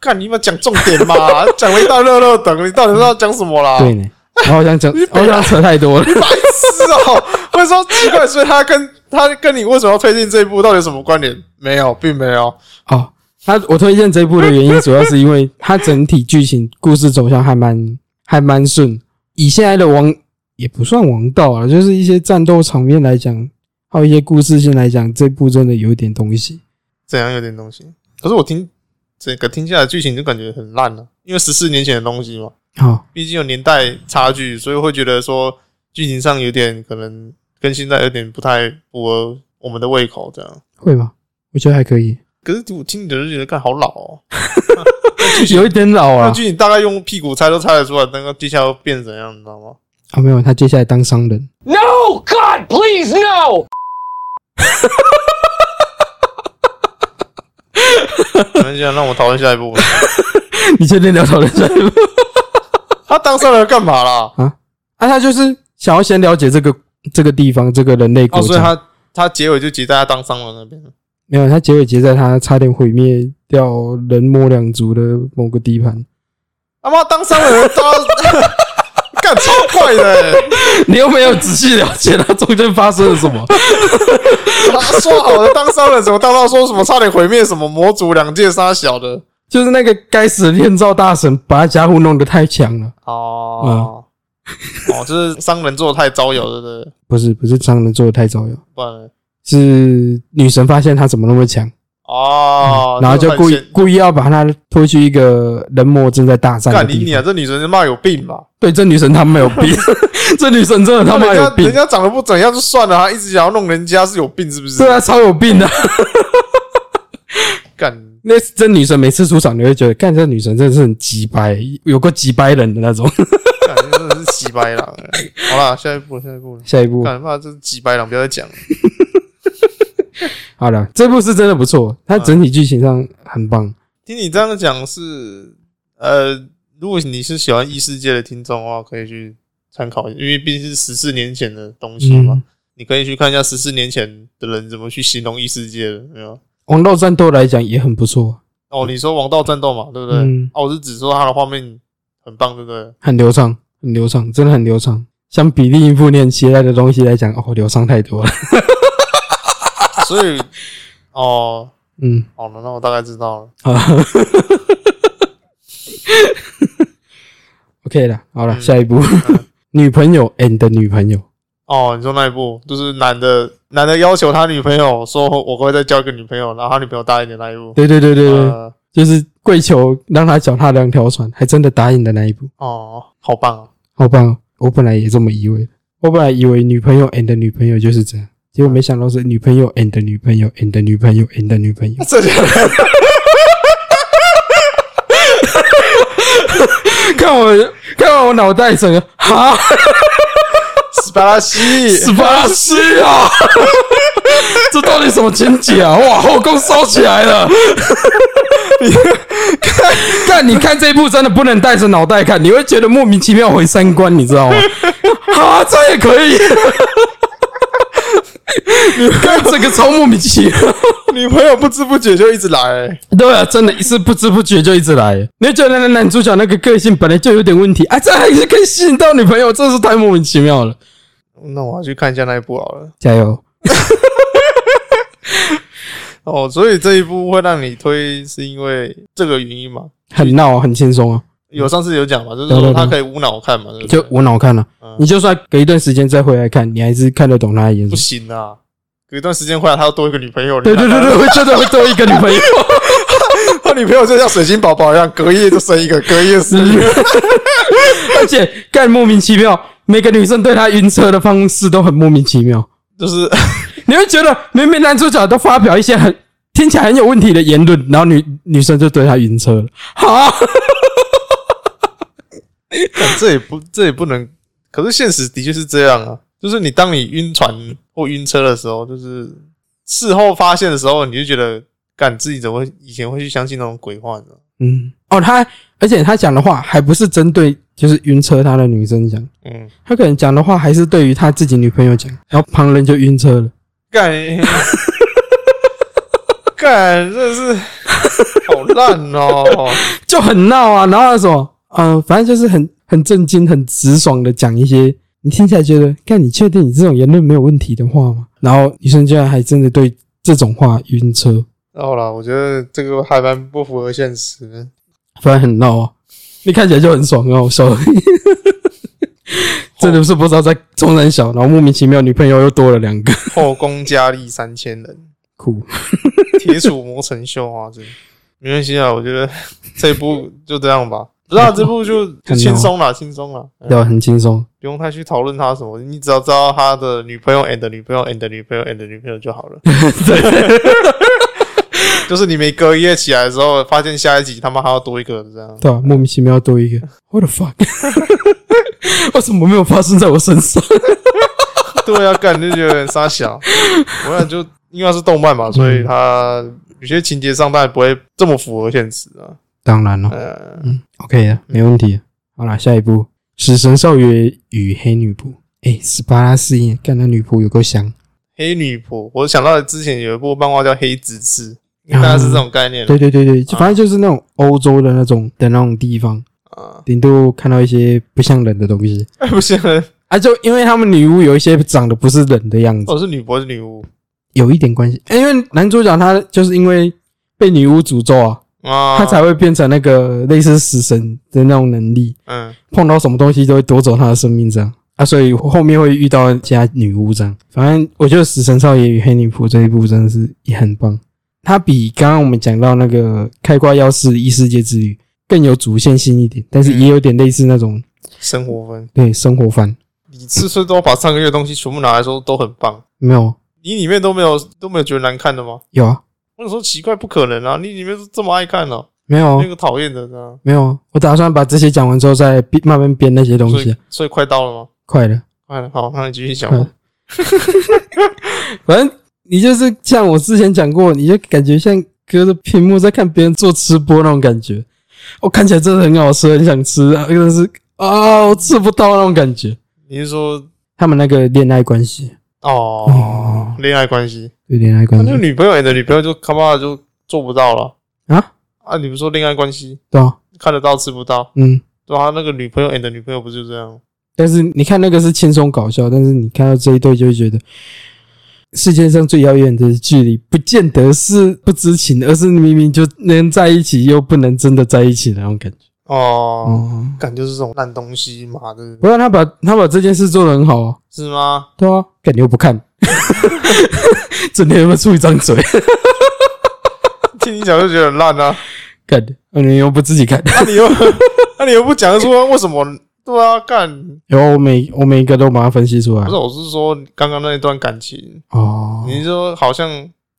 Speaker 2: 看你们讲重点嘛， 讲了一大热热等，你到底是要讲什么啦？
Speaker 3: 对呢，然后我想 讲，我
Speaker 2: 北
Speaker 3: 想扯太多 了。
Speaker 2: 白 痴哦、我会说奇怪，所以他跟他跟你为什么要推进这一步，到底有什么关联？没有，并没有。
Speaker 3: 哦，他我推荐这部的原因，主要是因为它整体剧情故事走向还蛮还蛮顺。以现在的王也不算王道啊，就是一些战斗场面来讲，还有一些故事性来讲，这部真的有一点东西。
Speaker 2: 怎样有点东西？可是我听整个听下来剧情就感觉很烂了、因为十四年前的东西嘛，
Speaker 3: 好、
Speaker 2: 毕竟有年代差距，所以会觉得说剧情上有点可能跟现在有点不太符合我们的胃口这样。
Speaker 3: 会吗？我觉得还可以，
Speaker 2: 可是我听你的就觉得看好老哦、
Speaker 3: 有一点老
Speaker 2: 那
Speaker 3: 啊。
Speaker 2: 剧情大概用屁股猜都猜得出来，那个接下来会变怎样，你知道吗？
Speaker 3: 啊，没有，他接下来当商人。
Speaker 1: No! God, please, no!
Speaker 2: 没关系啊，让我讨论下一步。
Speaker 3: 你确定聊讨论这部？
Speaker 2: 他当上来干嘛啦？
Speaker 3: 啊，他就是想要先了解这个这个地方，这个人类国
Speaker 2: 哦，所以
Speaker 3: 家。
Speaker 2: 他他结尾就结在他当商人那边。
Speaker 3: 没有，他结尾结在他差点毁灭掉人魔两族的某个地盘。
Speaker 2: 他啊妈当商人，他 干超怪的、欸，
Speaker 3: 你又没有仔细了解它中间发生了什么，
Speaker 2: 他说好的当商人，怎么当到说什么差点毁灭什么魔族两界杀小的？
Speaker 3: 就是那个该死的炼造大神把他家伙弄得太强了。
Speaker 2: 哦，
Speaker 3: 嗯
Speaker 2: 哦，就是商人做的太招摇，对不对？
Speaker 3: 不是不是，商人做的太招摇，
Speaker 2: 不然呢
Speaker 3: 是女神发现他怎么那么强，
Speaker 2: 哦，
Speaker 3: 然后就
Speaker 2: 这个
Speaker 3: 嗯故
Speaker 2: 很
Speaker 3: 意
Speaker 2: 显
Speaker 3: 故意要把他推去一个人魔正在大战的
Speaker 2: 干你
Speaker 3: 地
Speaker 2: 你
Speaker 3: 方。
Speaker 2: 啊！这女神他妈有病吧？
Speaker 3: 对，这女神她没有 病，这女神真的他妈
Speaker 2: 人
Speaker 3: 有
Speaker 2: 家
Speaker 3: 病
Speaker 2: 人，家长得不怎样就算了，还一直想要弄人家是有病是不是？
Speaker 3: 对啊，超有病的。
Speaker 2: 干
Speaker 3: 那这女神每次出场，你会觉得，干这女神真的是很鸡掰，有个鸡掰人的那 种。
Speaker 2: 干真的是洗白狼欸。好啦，下一步，下一 步。
Speaker 3: 下一步，
Speaker 2: 干妈这几白狼，不要再讲了。
Speaker 3: 好了，这部是真的不错，它
Speaker 2: 嗯
Speaker 3: 整体剧情上很棒。
Speaker 2: 听你这样讲是，呃，如果你是喜欢异世界的听众的话，可以去参考一下，因为毕竟是十四年前的东西嘛，
Speaker 3: 嗯
Speaker 2: 你可以去看一下十四年前的人怎么去形容异世界的，没有？
Speaker 3: 王道战斗来讲也很不错，
Speaker 2: 哦，你说王道战斗嘛，对不对？
Speaker 3: 嗯
Speaker 2: 哦，我是指说它的画面很棒，对不对？
Speaker 3: 很流畅，很流畅，真的很流畅。相比另一部念期待的东西来讲，哦，流畅太多了。
Speaker 2: 所以， 哦，
Speaker 3: 嗯，
Speaker 2: 好了，那我大概知道了。
Speaker 3: 啊，OK 了，好了，
Speaker 2: 嗯
Speaker 3: 下一步， 女朋友 and 女朋友，
Speaker 2: 哦，你说那一部就是男的男的要求他女朋友说我会再交一个女朋友，然后他女朋友答应的那一部，
Speaker 3: 对对对对对，
Speaker 2: 呃，
Speaker 3: 就是跪求让他脚踏两条船，还真的答应的那一步，
Speaker 2: 哦，好棒哦。
Speaker 3: 好棒哦！我本来也这么以为，我本来以为女朋友 and 女朋友就是这样，结果没想到是女朋友 and 女朋友 and 女朋友 and 女朋友。
Speaker 2: 这两个
Speaker 3: 看我，看我脑袋整 个哈，
Speaker 2: 斯巴拉西，
Speaker 3: 死巴西啊！ 这到底什么情节啊？哇，后宫烧起来了！ 看，你看这一部真的不能带着脑袋看，你会觉得莫名其妙回三观，你知道吗？ 啊，这也可以。 你看这个超莫名其妙，
Speaker 2: 女朋友不知不觉就一直来、欸
Speaker 3: 对啊，真的，一次不知不觉就一直来。你会觉得那男主角那个个性本来就有点问题，啊，这还是可以吸引到女朋友，真是太莫名其妙了。
Speaker 2: 那我要去看一下那一部好了。
Speaker 3: 加油！
Speaker 2: 哦，所以这一部会让你推，是因为这个原因嘛？
Speaker 3: 很闹、啊，很轻松啊，
Speaker 2: 有上次有讲嘛，就是
Speaker 3: 对对
Speaker 2: 说
Speaker 3: 对
Speaker 2: 他可以无脑看嘛，对不对
Speaker 3: 就无脑看了、啊
Speaker 2: 嗯
Speaker 3: 你就算隔一段时间再回来看，你还是看得懂他的眼
Speaker 2: 不
Speaker 3: 神。
Speaker 2: 行啊。有一段时间回来，他要多一个女朋友。
Speaker 3: 对对
Speaker 2: 你
Speaker 3: 对
Speaker 2: 看
Speaker 3: 对，会真的会多一个女朋友。
Speaker 2: 他，他女朋友就像水晶宝宝一样，隔夜就生一个，隔夜生 一个。
Speaker 3: 而且干莫名其妙，每个女生对他晕车的方式都很莫名其妙。
Speaker 2: 就是
Speaker 3: 你会觉得明明男主角都发表一些很听起来很有问题的言论，然后女女生就对他晕车了。好，
Speaker 2: 干 这也不这也不能，可是现实的确是这样啊。就是你当你晕船或晕车的时候，就是事后发现的时候，你就觉得，干自己怎么会以前会去相信那种鬼话呢？
Speaker 3: 嗯，哦，他而且他讲的话还不是针对就是晕车他的女生讲，
Speaker 2: 嗯，
Speaker 3: 他可能讲的话还是对于他自己女朋友讲，然后旁人就晕车了。
Speaker 2: 干， 干，真是好烂哦！
Speaker 3: 就很闹啊，然后什么，嗯、反正就是很很震惊、很直爽的讲一些，你听起来觉得，看你确定你这种言论没有问题的话吗？然后女生居然还真的对这种话晕车，
Speaker 2: 好啦，我觉得这个还蛮不符合现实的。
Speaker 3: 反正很闹啊，你看起来就很爽，很好笑， 真的是不知道在中山小，然后莫名其妙女朋友又多了两个，
Speaker 2: 后宫佳丽三千人，
Speaker 3: 酷，
Speaker 2: 铁杵磨成绣啊！真的没关系啊，我觉得这部就这样吧。不知道这部就
Speaker 3: 看到
Speaker 2: 轻松啦，轻松啦，嗯
Speaker 3: 对吧？很轻松，
Speaker 2: 不用太去讨论他什么，你只要知道他的女朋友 and 女朋友 and 女朋友 and 女朋友就好了。 就是你每隔一夜起来的时候，发现下一集他妈还要多一个这样。
Speaker 3: 对吧？莫名其妙多一个，what the fuck？为 什么没有发生在我身上？
Speaker 2: 对啊，干就觉得有点傻小。我想就因为它是动漫嘛，所以它有些情节上当然不会这么符合现实啊。
Speaker 3: 当然了、
Speaker 2: 呃，
Speaker 3: OK 的，没问题的。好啦，下一步《死神少爷与黑女仆》。哎，斯巴拉试验，干那女仆有够香。
Speaker 2: 黑女仆，我想到之前有一部漫画叫《黑执事》，大概是这种概念
Speaker 3: 啊对对对对，就反正就是那种欧洲的那种的那种地方，
Speaker 2: 啊。
Speaker 3: 顶多看到一些不像人的东西
Speaker 2: 哎不是，
Speaker 3: 啊。就因为他们女巫有一些长得不是人的样子，
Speaker 2: 哦我是女仆，是女巫
Speaker 3: 有一点关系。诶因为男主角他就是因为被女巫诅咒啊，
Speaker 2: 啊。
Speaker 3: 他才会变成那个类似死神的那种能力，
Speaker 2: 嗯，
Speaker 3: 碰到什么东西都会夺走他的生命这样啊，所以后面会遇到其他女巫这样。反正我觉得《死神少爷与黑女仆》这一部真的是也很棒，它比刚刚我们讲到那个《开挂钥匙异世界之旅》更有主线性一点，但是也有点类似那种
Speaker 2: 生活分，
Speaker 3: 对生活番
Speaker 2: 你次次都把上个月的东西全部拿来说都很棒，
Speaker 3: 没有
Speaker 2: 你里面都没有都没有觉得难看的吗？
Speaker 3: 有啊
Speaker 2: 我说奇怪，不可能啊！你里面是这么爱看哦、
Speaker 3: 没有
Speaker 2: 那
Speaker 3: 啊
Speaker 2: 个讨厌的呢？
Speaker 3: 没有啊，我打算把这些讲完之后再编慢慢编那些东
Speaker 2: 所
Speaker 3: 西
Speaker 2: 以
Speaker 3: 啊，
Speaker 2: 所以快到了吗？
Speaker 3: 快了。
Speaker 2: 快了，好，那你继续讲
Speaker 3: 嗯
Speaker 2: 吧。
Speaker 3: 反正你就是像我之前讲过，你就感觉像隔着屏幕在看别人做吃播那种感觉。我、看起来真的很好吃，很想吃，啊，真的是啊，我吃不到那种感觉。
Speaker 2: 你是说
Speaker 3: 他们那个恋爱关系，
Speaker 2: 哦，恋爱关系？
Speaker 3: 对恋爱
Speaker 2: 那
Speaker 3: 关
Speaker 2: 就
Speaker 3: 系
Speaker 2: 女朋友你的女朋友就他妈的就做不到了
Speaker 3: 啊，
Speaker 2: 啊！你不是说恋爱关系
Speaker 3: 对啊，
Speaker 2: 看得到吃不到？
Speaker 3: 嗯。
Speaker 2: 对啊，那个女朋友 and 女朋友不就这样？
Speaker 3: 但是你看那个是轻松搞笑，但是你看到这一对就会觉得，世界上最遥远的距离，不见得是不知情，而是明明就能在一起又不能真的在一起的那种感觉。
Speaker 2: 哦，
Speaker 3: 哦，
Speaker 2: 感就是这种烂东西，妈的，
Speaker 3: 不然他把他把这件事做得很好啊。
Speaker 2: 是吗？
Speaker 3: 对啊，感觉又不看， 整天有没有出一张嘴？
Speaker 2: 听你讲就觉得很烂啊！
Speaker 3: 干，你又不自己 看？
Speaker 2: 那你又 那你又不讲说为什么？对啊，干
Speaker 3: 然后我每我每一个都把它分析出来
Speaker 2: 不是，。我是说刚刚那一段感情，
Speaker 3: 哦，
Speaker 2: 你是说好像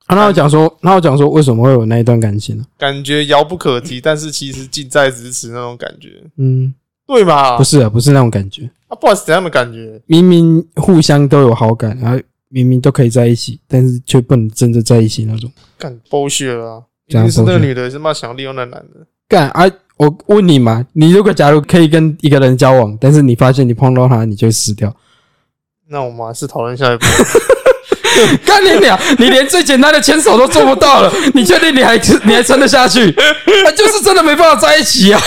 Speaker 3: 啊那我讲说，那我讲说，为什么会有那一段感情呢？
Speaker 2: 感觉遥不可 及，但是其实近在咫尺那种感觉，
Speaker 3: 嗯，
Speaker 2: 对嘛？
Speaker 3: 不是啊，不是那种感觉，
Speaker 2: 啊，不管是怎样的感觉，
Speaker 3: 明明互相都有好感，然后明明都可以在一起，但是却不能真的在一起那种。
Speaker 2: 干剥削了啊！一
Speaker 3: 怎样
Speaker 2: 定是那个
Speaker 3: bullshit？
Speaker 2: 女的是妈想利用那男的，
Speaker 3: 干啊！我问你嘛，你如果假如可以跟一个人交往，但是你发现你碰到他，你就会死掉。
Speaker 2: 那我们还是讨论下一步。
Speaker 3: 干你娘！你连最简单的牵手都做不到了，你确定你还你还撑得下去？那就是真的没办法在一起啊！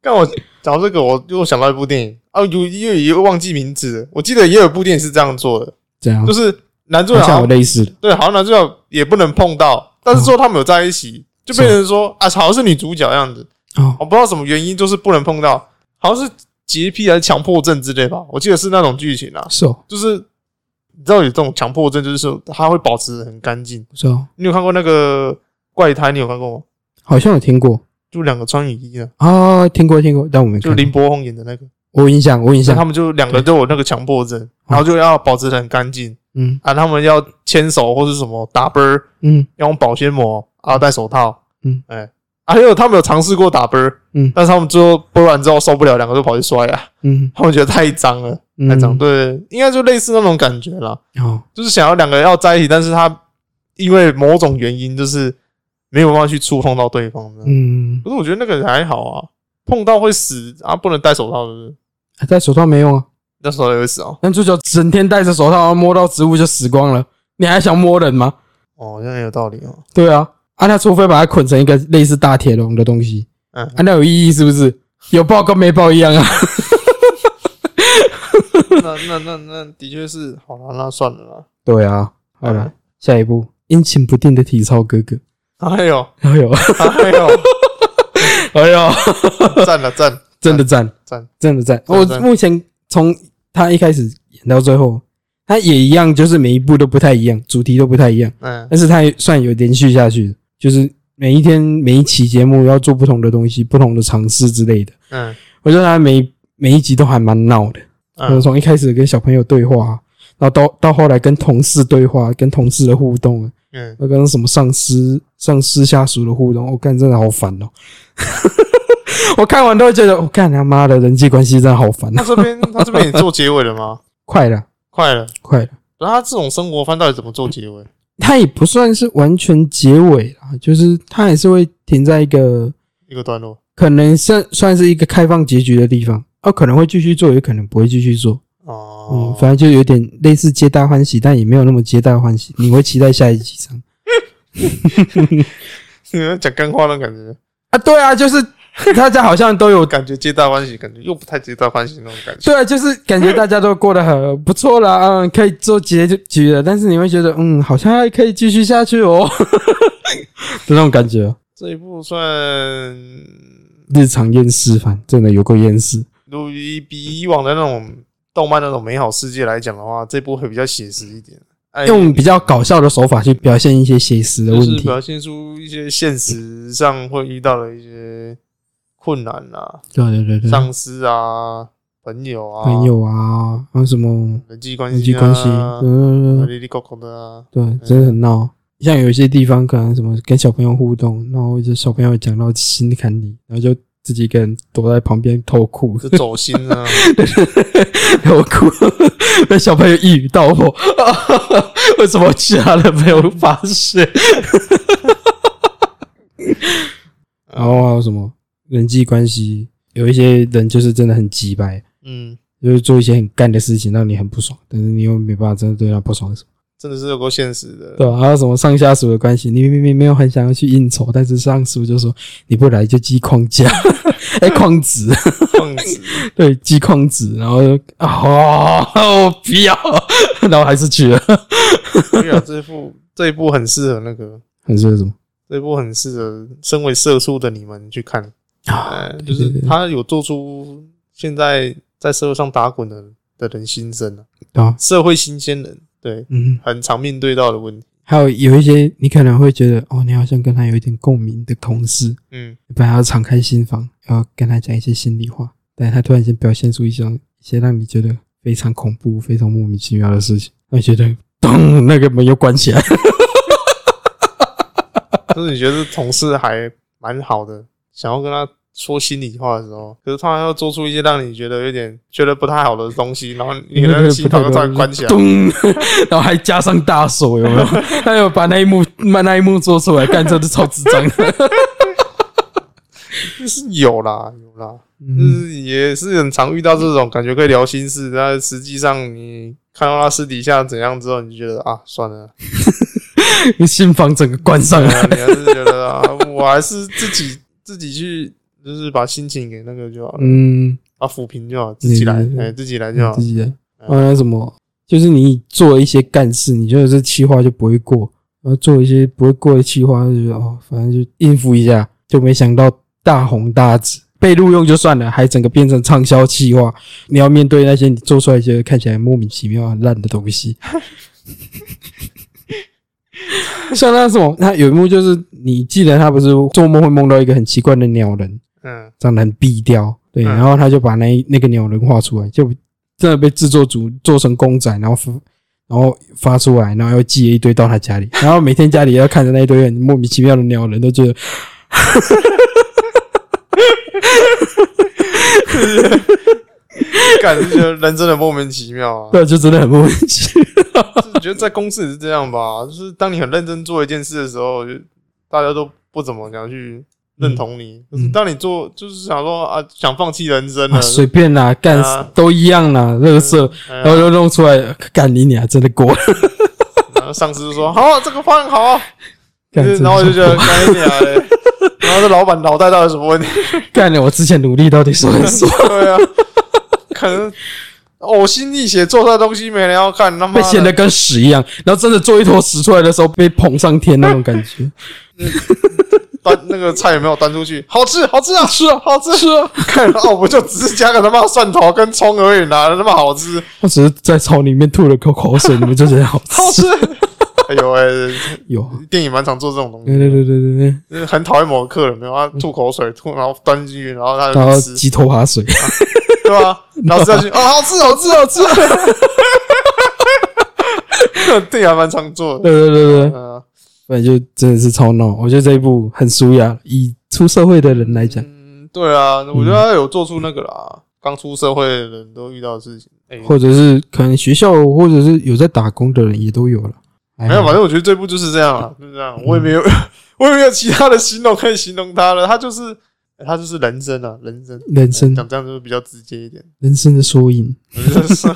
Speaker 2: 干我讲到这个，我又想到一部电影啊，有又也忘记名字了。我记得也有部电影是这样做的，
Speaker 3: 这样
Speaker 2: 就是男主角
Speaker 3: 嗯好
Speaker 2: 好
Speaker 3: 像
Speaker 2: 像
Speaker 3: 有类似的，嗯
Speaker 2: 对，好像男主角也不能碰到，但是说他们有在一起，就变成说啊，好像是女主角样子，
Speaker 3: 哦
Speaker 2: 我不知道什么原因，就是不能碰到，好像是洁癖还是强迫症之类吧，我记得是那种剧情啊，
Speaker 3: 是哦
Speaker 2: 就是你知道有这种强迫症，就是说他会保持得很干净。
Speaker 3: 是哦，
Speaker 2: 你有看过那个怪胎？你有看过吗？
Speaker 3: 好像有听过
Speaker 2: 就两个穿雨衣的，
Speaker 3: 啊，听过听过，但我没
Speaker 2: 就
Speaker 3: 看过。
Speaker 2: 林柏宏演的那个，
Speaker 3: 我有印象，我有印
Speaker 2: 像他
Speaker 3: 象，
Speaker 2: 们就两个都有那个强迫症，然后就要保持得很干净
Speaker 3: 嗯
Speaker 2: 啊，他们要牵手或是什么打啵儿，
Speaker 3: 嗯
Speaker 2: 要用保鲜膜啊，戴手套，
Speaker 3: 嗯，
Speaker 2: 哎，还有他们有尝试过打啵儿，
Speaker 3: 嗯
Speaker 2: 但是他们最后啵完之后受不了，两个都跑去摔啊，
Speaker 3: 嗯
Speaker 2: 他们觉得太脏了，
Speaker 3: 嗯，
Speaker 2: 太脏，对，应该就类似那种感觉啦，
Speaker 3: 哦
Speaker 2: 就是想要两个人要在一起，但是他因为某种原因就是。没有办法去触碰到对方的。
Speaker 3: 嗯，
Speaker 2: 可是我觉得那个还好啊，碰到会死啊，不能戴手套是不是？
Speaker 3: 戴手套没用啊，
Speaker 2: 戴手套也会死哦。
Speaker 3: 男主角整天戴着手套，摸到植物就死光了，你还想摸人吗？
Speaker 2: 哦，好像也有道理哦。
Speaker 3: 对啊，啊，他除非把它捆成一个类似大铁笼的东西，
Speaker 2: 嗯
Speaker 3: 啊，那有意义是不是？有爆跟没爆一样啊。
Speaker 2: 那那那那的确是，好了，那算了啦。
Speaker 3: 对啊，好了，
Speaker 2: 嗯
Speaker 3: 下一步阴晴不定的体操哥哥，
Speaker 2: 还有
Speaker 3: 哎呦，
Speaker 2: 还有，
Speaker 3: 哎 呦，
Speaker 2: 赞了赞
Speaker 3: 真的赞，
Speaker 2: 赞，
Speaker 3: 真的赞！
Speaker 2: 真的
Speaker 3: 我
Speaker 2: 赞
Speaker 3: 目前从他一开始演到最后，他也一样，就是每一部都不太一样，主题都不太一样，
Speaker 2: 嗯
Speaker 3: 但是他也算有连续下去的，就是每一天每一期节目要做不同的东西、不同的尝试之类的。
Speaker 2: 嗯
Speaker 3: 我觉得他每每一集都还蛮闹的，就
Speaker 2: 嗯
Speaker 3: 是从一开始跟小朋友对话，然后到到后来跟同事对话，跟同事的互动，啊
Speaker 2: 嗯，
Speaker 3: 那跟什么上司、上司下属的互动，我、干真的好烦哦！ 我看完都会觉得，我、干他妈的人际关系真的好烦啊
Speaker 2: 他！这边他这边也做结尾了吗？
Speaker 3: 快了，
Speaker 2: 快了，
Speaker 3: 快了，
Speaker 2: 然后他这种生活番到底怎么做结尾？
Speaker 3: 它也不算是完全结尾啦，就是它还是会停在一个
Speaker 2: 一个段落
Speaker 3: 可能算算是一个开放结局的地方，哦，可能会继续做，也可能不会继续做，嗯，
Speaker 2: 哦，
Speaker 3: 反正就有点类似皆大欢喜，但也没有那么皆大欢喜，你会期待下一集上
Speaker 2: 讲干话那种感觉，
Speaker 3: 啊？对啊，就是 大家好像都有
Speaker 2: 感觉皆大欢喜，感觉又不太皆大欢喜那种感觉。
Speaker 3: 对啊，就是感觉大家都过得很不 错啦，嗯，可以做结局了，但是你会觉得，嗯，好像还可以继续下去 哦，就那种感觉。
Speaker 2: 这一部算
Speaker 3: 日常厌世番真的有够厌世，
Speaker 2: 如以比以往的那种动漫那种美好世界来讲的话，这部会比较写实一点，哎
Speaker 3: 用比较搞笑的手法去表现一些写实的
Speaker 2: 就
Speaker 3: 问
Speaker 2: 是
Speaker 3: 题。
Speaker 2: 表现出一些现实上会遇到的一些困难啊，
Speaker 3: 对对对对，
Speaker 2: 上司啊，朋友啊，
Speaker 3: 朋友啊，还有什么
Speaker 2: 人际关系、啊，
Speaker 3: 人际关系，嗯，
Speaker 2: 里里扣扣的啊，
Speaker 3: 对，真的很闹。像有一些地方可能什么跟小朋友互动，然后就小朋友讲到心坎里，然后就自己一个人躲在旁边偷哭，
Speaker 2: 这走心 啊，
Speaker 3: 我哭， 被小朋友一语道破， 为什么其他的没有发 现？然后还有什么人际关系？有一些人就是真的很鸡掰，
Speaker 2: 嗯，
Speaker 3: 就是做一些很干的事情，让你很不爽，但是你又没办法真的对他不爽什么，
Speaker 2: 真的是有够现实的。
Speaker 3: 对吧、啊还有什么上下属的关系？你明明没有很想要去应酬，但是上司就说你不来就记框架， 哎、框子，
Speaker 2: 胖子，
Speaker 3: 对，记框子，然后就啊、我不要， 然后还是去了，
Speaker 2: 对啊，这部这一部很适合那个，
Speaker 3: 很是什么？
Speaker 2: 这一部很适合身为社畜的你们去看，
Speaker 3: 啊，
Speaker 2: 哎，
Speaker 3: 对
Speaker 2: 就是
Speaker 3: 对对
Speaker 2: 他有做出现在在社会上打滚的的人心声啊，
Speaker 3: 对啊，
Speaker 2: 社会新鲜人，对，
Speaker 3: 嗯，
Speaker 2: 很常面对到的问题，
Speaker 3: 还有有一些你可能会觉得哦，你好像跟他有一点共鸣的同事，
Speaker 2: 嗯，
Speaker 3: 你本来要敞开心房，要跟他讲一些心里话，但是他突然间表现出一些一些让你觉得非常恐怖、非常莫名其妙的事情，让你觉得咚，那个门又关起来，
Speaker 2: 就是你觉得同事还蛮好的，想要跟他。说心里话的时候，可是他要做出一些让你觉得有点觉得不太好的东西，然后你可
Speaker 3: 那个
Speaker 2: 能心
Speaker 3: 不太
Speaker 2: 房都突然
Speaker 3: 懂
Speaker 2: 关起来，
Speaker 3: 咚，然后还加上大手，有没有？ 他有把那一幕、把那一幕做出来，干真的超智障的。
Speaker 2: 是有啦有啦，
Speaker 3: 嗯，
Speaker 2: 嗯，也是很常遇到这种感觉可以聊心事，但实际上你看到他私底下怎样之后，你就觉得啊，算了，
Speaker 3: 心房整个关上
Speaker 2: 对啊你
Speaker 3: 了。
Speaker 2: 还是觉得啊，我还是自己自己去，就是把心情给那个就好了，
Speaker 3: 嗯，
Speaker 2: 把抚平就好，自己来
Speaker 3: 对，对
Speaker 2: 哎，自己来就好
Speaker 3: 自，己的。
Speaker 2: 嗯
Speaker 3: 还有什么？就是你做一些干事，你觉得这企划就不会过，然后做一些不会过的企划，就觉得哦，反正就应付一下，就没想到大红大紫，被录用就算了，还整个变成畅销企划。你要面对那些你做出来觉得看起来莫名其妙、很烂的 东西。像那什么，他有一幕就是，你记得他不是做梦会梦到一个很奇怪的鸟人，
Speaker 2: 嗯，
Speaker 3: 长得很低调，对，
Speaker 2: 嗯
Speaker 3: 然后他就把那一那个鸟人画出来，就真的被制作组做成公仔，然后发然后发出来，然后又寄了一堆到他家里，然后每天家里要看着那一堆很莫名其妙的鸟人，都觉得
Speaker 2: 感觉得人真的莫名其妙啊，
Speaker 3: 对，呃就真的很莫名其妙。
Speaker 2: 就是觉得在公司也是这样吧，就是当你很认真做一件事的时候，就大家都。不怎么想去认同你。就是当你做，就是想说啊，想放弃人生了，
Speaker 3: 嗯啊，随便啦，干
Speaker 2: 嗯啊
Speaker 3: 都一样啦，乐色，
Speaker 2: 哎呀
Speaker 3: 然后就弄出来，干你娘，真的过了，
Speaker 2: 然后上司就说好、啊，这个方案好、啊，
Speaker 3: 干
Speaker 2: 就是
Speaker 3: 真
Speaker 2: 然后我就
Speaker 3: 的
Speaker 2: 觉得干你啊嘞，然后这老板脑袋到底有什么问题？
Speaker 3: 干了，我之前努力到底是为什么？
Speaker 2: 对啊，可能呕心沥血做出来的东西没人要看，他妈
Speaker 3: 被显得
Speaker 2: 的
Speaker 3: 跟屎一样，然后真的做一坨屎出来的时候被捧上天那种感觉，
Speaker 2: 端那个菜有没有端出去？ 好吃，好吃啊，
Speaker 3: 是啊，
Speaker 2: 好吃！
Speaker 3: 是啊，
Speaker 2: 看哦，我就只是加个他妈蒜头跟葱而已啦，哪他妈好吃，
Speaker 3: 我只是在草里面吐了口口水，你们就觉得好
Speaker 2: 好
Speaker 3: 吃
Speaker 2: 吃。 哎呦喂、
Speaker 3: 有啊，
Speaker 2: 电影蛮常做这种东西
Speaker 3: 对，对对对对对，
Speaker 2: 就是很讨厌某个客人，没有他吐口水，吐然后端进去，然后他
Speaker 3: 然后
Speaker 2: 就吃，
Speaker 3: 鸡头划水，
Speaker 2: 对吧、然后吃下去，哦，好吃，好吃，好吃。 电影还蛮常做的，
Speaker 3: 对对对对，
Speaker 2: 嗯、
Speaker 3: 反正就真的是超闹，我觉得这一部很舒压，以出社会的人来讲，
Speaker 2: 嗯，对啊，我觉得他有做出那个啦，刚出社会的人都遇到的事情，哎、
Speaker 3: 或者是可能学校或者是有在打工的人也都有了，哎
Speaker 2: 没有，
Speaker 3: 吧
Speaker 2: 反？正我觉得这部就是这样啊，
Speaker 3: 嗯
Speaker 2: 就是这样，我也没有， 我也没有其他的形容可以形容他了，他就是哎他就是人生啊，人生
Speaker 3: 人生
Speaker 2: 讲这样就是比较直接一点，
Speaker 3: 人生的缩影，
Speaker 2: 就是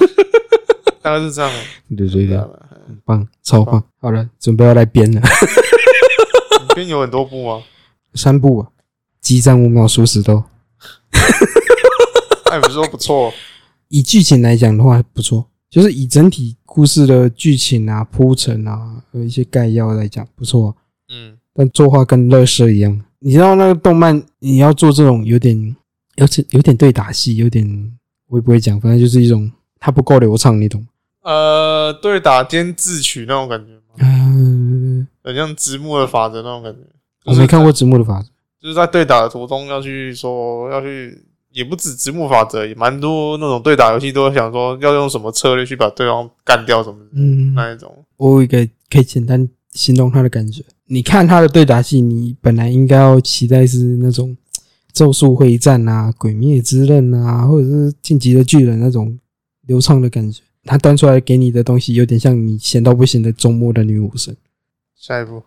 Speaker 2: 大概是这样啊，
Speaker 3: 对对
Speaker 2: 这
Speaker 3: 对，
Speaker 2: 样
Speaker 3: 很
Speaker 2: 啊。
Speaker 3: 棒，超棒。好了，准备要来编了，
Speaker 2: 里边有很多部吗？
Speaker 3: 三部啊，激战五秒熟石头。
Speaker 2: 哎，不是说不错，
Speaker 3: 以剧情来讲的话，不错，就是以整体故事的剧情啊、铺陈啊和一些概要来讲，不错啊、
Speaker 2: 嗯，
Speaker 3: 但作画跟乐色一样，你知道那个动漫，你要做这种有点，有点有点对打戏，有点我也不会讲，反正就是一种它不够流畅，你懂吗？
Speaker 2: 呃，对打兼自取那种感觉吗？
Speaker 3: 嗯、
Speaker 2: 很像直木的法则那种感觉。
Speaker 3: 我没看过直木的法则，
Speaker 2: 就是在对打的途中要去说要去，也不止直木法则，也蛮多那种对打游戏都会想说要用什么策略去把对方干掉什么的、
Speaker 3: 嗯，
Speaker 2: 那一种。
Speaker 3: 我有一个可以简单形容他的感觉。你看他的对打戏，你本来应该要期待是那种嘖咒术会战啊、鬼灭之刃啊，或者是晋级的巨人那种流畅的感觉。他端出来给你的东西，有点像你闲到不行的周末的女武神，
Speaker 2: 下一步，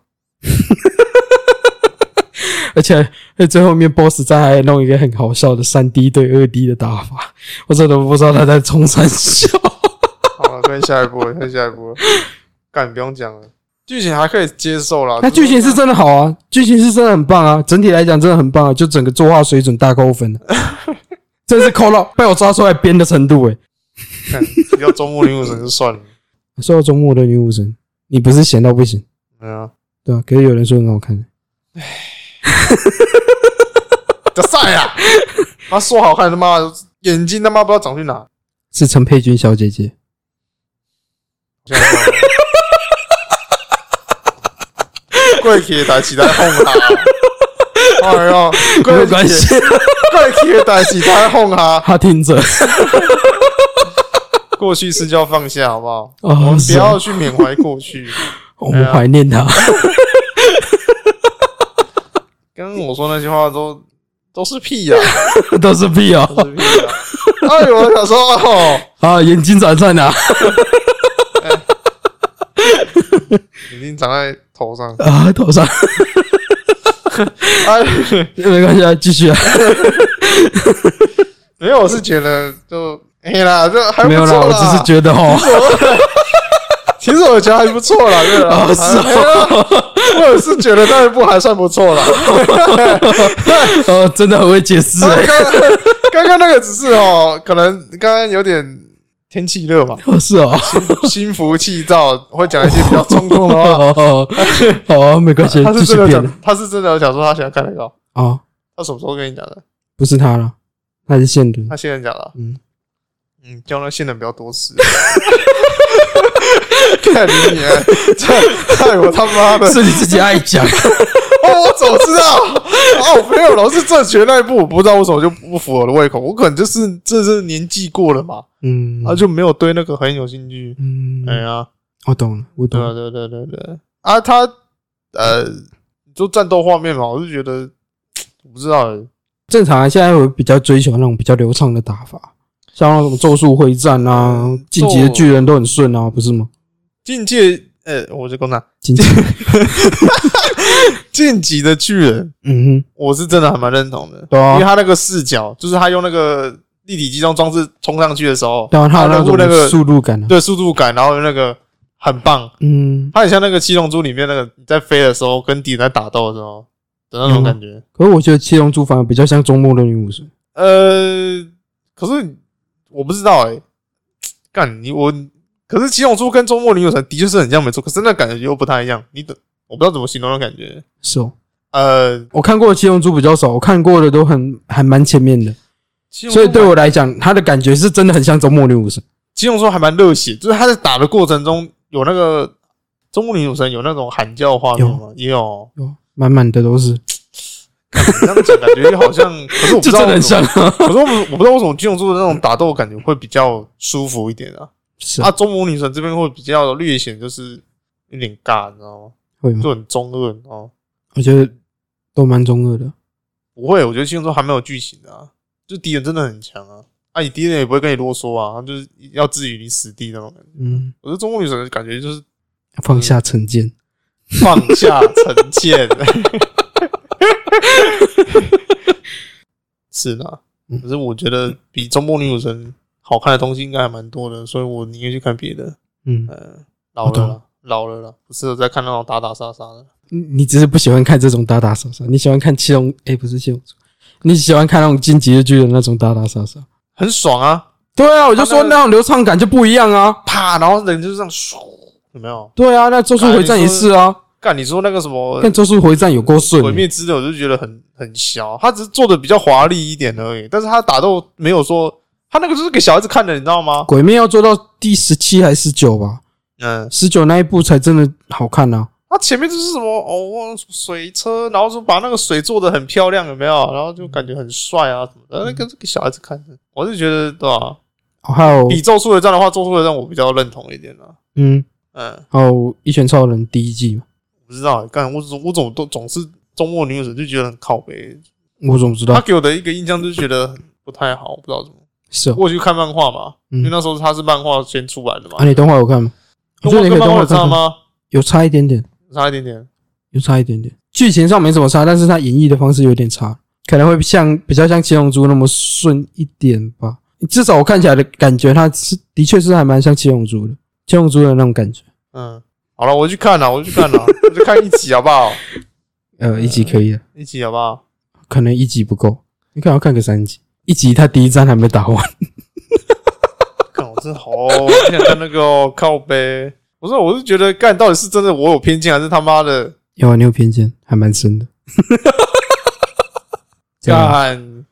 Speaker 3: 而且在最后面 BOSS 战还弄一个很好笑的三 D 对二 D 的打法，我真的不知道他在冲三笑。
Speaker 2: 好了，看下一步了，看下一步了，干不用讲了，剧情还可以接受啦。
Speaker 3: 那
Speaker 2: 就是
Speaker 3: 剧情是真的好啊，剧情是真的很棒啊，整体来讲真的很棒啊，就整个作画水准大扣分、啊， 真是扣到被我抓出来编的程度诶、欸
Speaker 2: 看比较周末女武神就算了，
Speaker 3: 说到周末的女武神，你不是闲到不行，
Speaker 2: 没有。
Speaker 3: 对吧、可是有人说很好看，
Speaker 2: 的赛啊！妈说好看他妈眼睛他妈不知道长去哪。
Speaker 3: 是陈佩君小姐姐，
Speaker 2: 现在说跪起的代志来哄 下，哎呦，
Speaker 3: 没
Speaker 2: 跪
Speaker 3: 有
Speaker 2: 起
Speaker 3: 关系，
Speaker 2: 跪起的代志来哄下，
Speaker 3: 她听 着
Speaker 2: 过去式就要放下，好不好？
Speaker 3: 哦
Speaker 2: 我们不
Speaker 3: 是啊
Speaker 2: 要去缅怀过去。
Speaker 3: 我们怀念 她，
Speaker 2: 刚刚我说那些话都都是屁呀、
Speaker 3: 都是屁
Speaker 2: 都
Speaker 3: 哦
Speaker 2: 是屁呀、哎呦，我想说哦，
Speaker 3: 啊，眼睛长在哪
Speaker 2: 眼睛长在头上，
Speaker 3: 啊？头 上
Speaker 2: 哎。
Speaker 3: 没关系啊，继续啊，
Speaker 2: 没有，我是觉得就哎啦，这还不
Speaker 3: 没有啦，
Speaker 2: 错
Speaker 3: 我只是觉得 哦，
Speaker 2: 其实我觉得还不错啦，对啦，
Speaker 3: 啊是
Speaker 2: 啊，我是觉得那一部还算不错啦。
Speaker 3: 哦，真的很会解释
Speaker 2: 刚
Speaker 3: 哎诶、
Speaker 2: 刚刚刚那个只是哦，可能刚刚有点天气热嘛，
Speaker 3: 哦是哦。
Speaker 2: 心浮气躁，会讲一些比较冲动的话。
Speaker 3: 哦哦，没关系，
Speaker 2: 他是
Speaker 3: 继续
Speaker 2: 真的
Speaker 3: 变
Speaker 2: 讲，他是真的有讲说他喜欢看那个哦，
Speaker 3: 哦，
Speaker 2: 他什么时候跟你讲的？
Speaker 3: 不是他了，他是现
Speaker 2: 他
Speaker 3: 人。
Speaker 2: 现在讲了，
Speaker 3: 嗯，
Speaker 2: 嗯，叫那线人不要多吃。看你娘，这害我他妈的！
Speaker 3: 是你自己爱 讲，
Speaker 2: 哦，我怎么知道？哦，没有，老是正确那一部，我不知道为什么就不符合我的胃口。我可能就是这是年纪过了嘛，
Speaker 3: 嗯，
Speaker 2: 啊，就没有对那个很有兴趣。
Speaker 3: 嗯，
Speaker 2: 哎呀，
Speaker 3: 我懂了，我
Speaker 2: 对
Speaker 3: 懂
Speaker 2: 啊
Speaker 3: 了，
Speaker 2: 对对对对，啊，他呃，就战斗画面嘛，我就觉得我不知道欸，
Speaker 3: 正常啊。现在我比较追求那种比较流畅的打法，啊像那种咒术会战啊、进击的巨人都很顺啊，不是吗？
Speaker 2: 境界呃，我是工厂
Speaker 3: 经济，
Speaker 2: 晋级的巨人，
Speaker 3: 嗯哼，
Speaker 2: 我是真的还蛮认同的，
Speaker 3: 对啊
Speaker 2: 因为他那个视角，就是他用那个立体机动装置冲上去的时候，
Speaker 3: 当然它
Speaker 2: 他
Speaker 3: 啊有
Speaker 2: 的那
Speaker 3: 那种
Speaker 2: 个
Speaker 3: 速度感啊，
Speaker 2: 对速度感，然后那个很棒，
Speaker 3: 嗯，
Speaker 2: 他很像那个《七龙珠》里面那个你在飞的时候跟敌人在打斗的时候的那种
Speaker 3: 嗯
Speaker 2: 感觉。
Speaker 3: 可是我觉得七龙珠反而比较像周末的女武神，
Speaker 2: 呃，可是我不知道哎、干你我，欸可是《七龙珠》跟《周末女友神》的确是很像没错，可是那感觉又不太一样。你的我不知道怎么形容那感觉。
Speaker 3: 是哦，
Speaker 2: 呃，
Speaker 3: 我看过的七龙珠比较少，我看过的都很还蛮前面的，
Speaker 2: 七龙珠
Speaker 3: 所以对我来讲，它的感觉是真的很像周末女武神，
Speaker 2: 七龙珠还蛮热血，就是他在打的过程中有那个周末女友神有那种喊叫画面吗？也有。
Speaker 3: 哦，满满的都是，
Speaker 2: 干你这样讲感觉又好像，可是我不
Speaker 3: 就
Speaker 2: 知道
Speaker 3: 真的
Speaker 2: 为
Speaker 3: 很
Speaker 2: 什
Speaker 3: 像
Speaker 2: 么，
Speaker 3: 啊，
Speaker 2: 可是我不我不知道为什么七龙珠的那种打斗感觉会比较舒服一点啊。
Speaker 3: 是
Speaker 2: 啊，
Speaker 3: 啊，
Speaker 2: 中魔女神这边会比较略显就是有点尬，你知道吗？
Speaker 3: 会吗？
Speaker 2: 就很中二，你知道吗？
Speaker 3: 我觉得都蛮中二的，
Speaker 2: 不会，我觉得七龙珠还没有剧情的啊，就敌人真的很强啊，啊，你敌人也不会跟你啰嗦啊，他就是要置于你死地那种感觉。
Speaker 3: 嗯，
Speaker 2: 我觉得中魔女神的感觉就是
Speaker 3: 放下成见，
Speaker 2: 放下成见， 是的啊，
Speaker 3: 嗯
Speaker 2: 可是我觉得比中魔女武神好看的东西应该还蛮多的，所以我宁愿去看别的。
Speaker 3: 嗯，
Speaker 2: 嗯，老了啦，老了啦，不适合再看那种打打杀杀的。
Speaker 3: 你你只是不喜欢看这种打打杀杀，你喜欢看七龙，哎、不是七龙珠，你喜欢看那种进击的巨人那种打打杀杀。
Speaker 2: 很爽啊！
Speaker 3: 对啊，我就说
Speaker 2: 他那个
Speaker 3: 那种流畅感就不一样啊。
Speaker 2: 啪，然后人就这样唰，有没有？
Speaker 3: 对啊，那咒术回战也是啊，
Speaker 2: 干，你说那个什么
Speaker 3: 但咒术回战有够顺
Speaker 2: 毁
Speaker 3: 欸、
Speaker 2: 灭之刃，我就觉得很很小，他只是做的比较华丽一点而已，但是他打斗没有说他那个就是给小孩子看的，你知道吗？
Speaker 3: 鬼灭要做到第十七还是十九吧？
Speaker 2: 嗯，
Speaker 3: 十九那一部才真的好看啊。
Speaker 2: 他前面就是什么哦水车，然后就把那个水做的很漂亮，有没有？然后就感觉很帅啊什么的，那个是给小孩子看的，我是觉得对吧、
Speaker 3: 哦还有，
Speaker 2: 比咒术回战的话，咒术回战我比较认同一点啊啦。
Speaker 3: 嗯，
Speaker 2: 嗯，
Speaker 3: 还有《一拳超人》第一季嘛，
Speaker 2: 我不知道、哎干我总我总都总是周末女友神就觉得很靠北，
Speaker 3: 我怎么知
Speaker 2: 他
Speaker 3: 道？
Speaker 2: 给我的一个印象就是觉得不太好，不知道怎么。
Speaker 3: 是哦，
Speaker 2: 我有去看漫画嘛，
Speaker 3: 嗯
Speaker 2: 因为那时候他是漫画先出来的嘛
Speaker 3: 啊，，你动画有看吗？我
Speaker 2: 动
Speaker 3: 觉
Speaker 2: 画
Speaker 3: 得你
Speaker 2: 跟
Speaker 3: 可以
Speaker 2: 漫画
Speaker 3: 动画
Speaker 2: 有
Speaker 3: 看
Speaker 2: 差
Speaker 3: 看？
Speaker 2: 吗？
Speaker 3: 有差一点点，
Speaker 2: 差一点点，
Speaker 3: 有差一点点，剧情上没什么差，但是它演绎的方式有点差，可能会像比较像七龙珠那么顺一点吧。至少我看起来的感觉，它是的确是还蛮像七龙珠的，七龙珠的那种感觉。
Speaker 2: 嗯，好了，我去看了，我去看 了，我去看一集好不好？
Speaker 3: 呃，一集可以了，
Speaker 2: 一集好不好？
Speaker 3: 呃可能一集不够，你可能要看个三集。一集他第一站还没打完，
Speaker 2: 看我真的好想看那个、 哦、靠背。我说我是觉得干到底是真的我有偏见，还是他妈的
Speaker 3: 有啊，你有偏见，还蛮深 的。加油
Speaker 2: 干？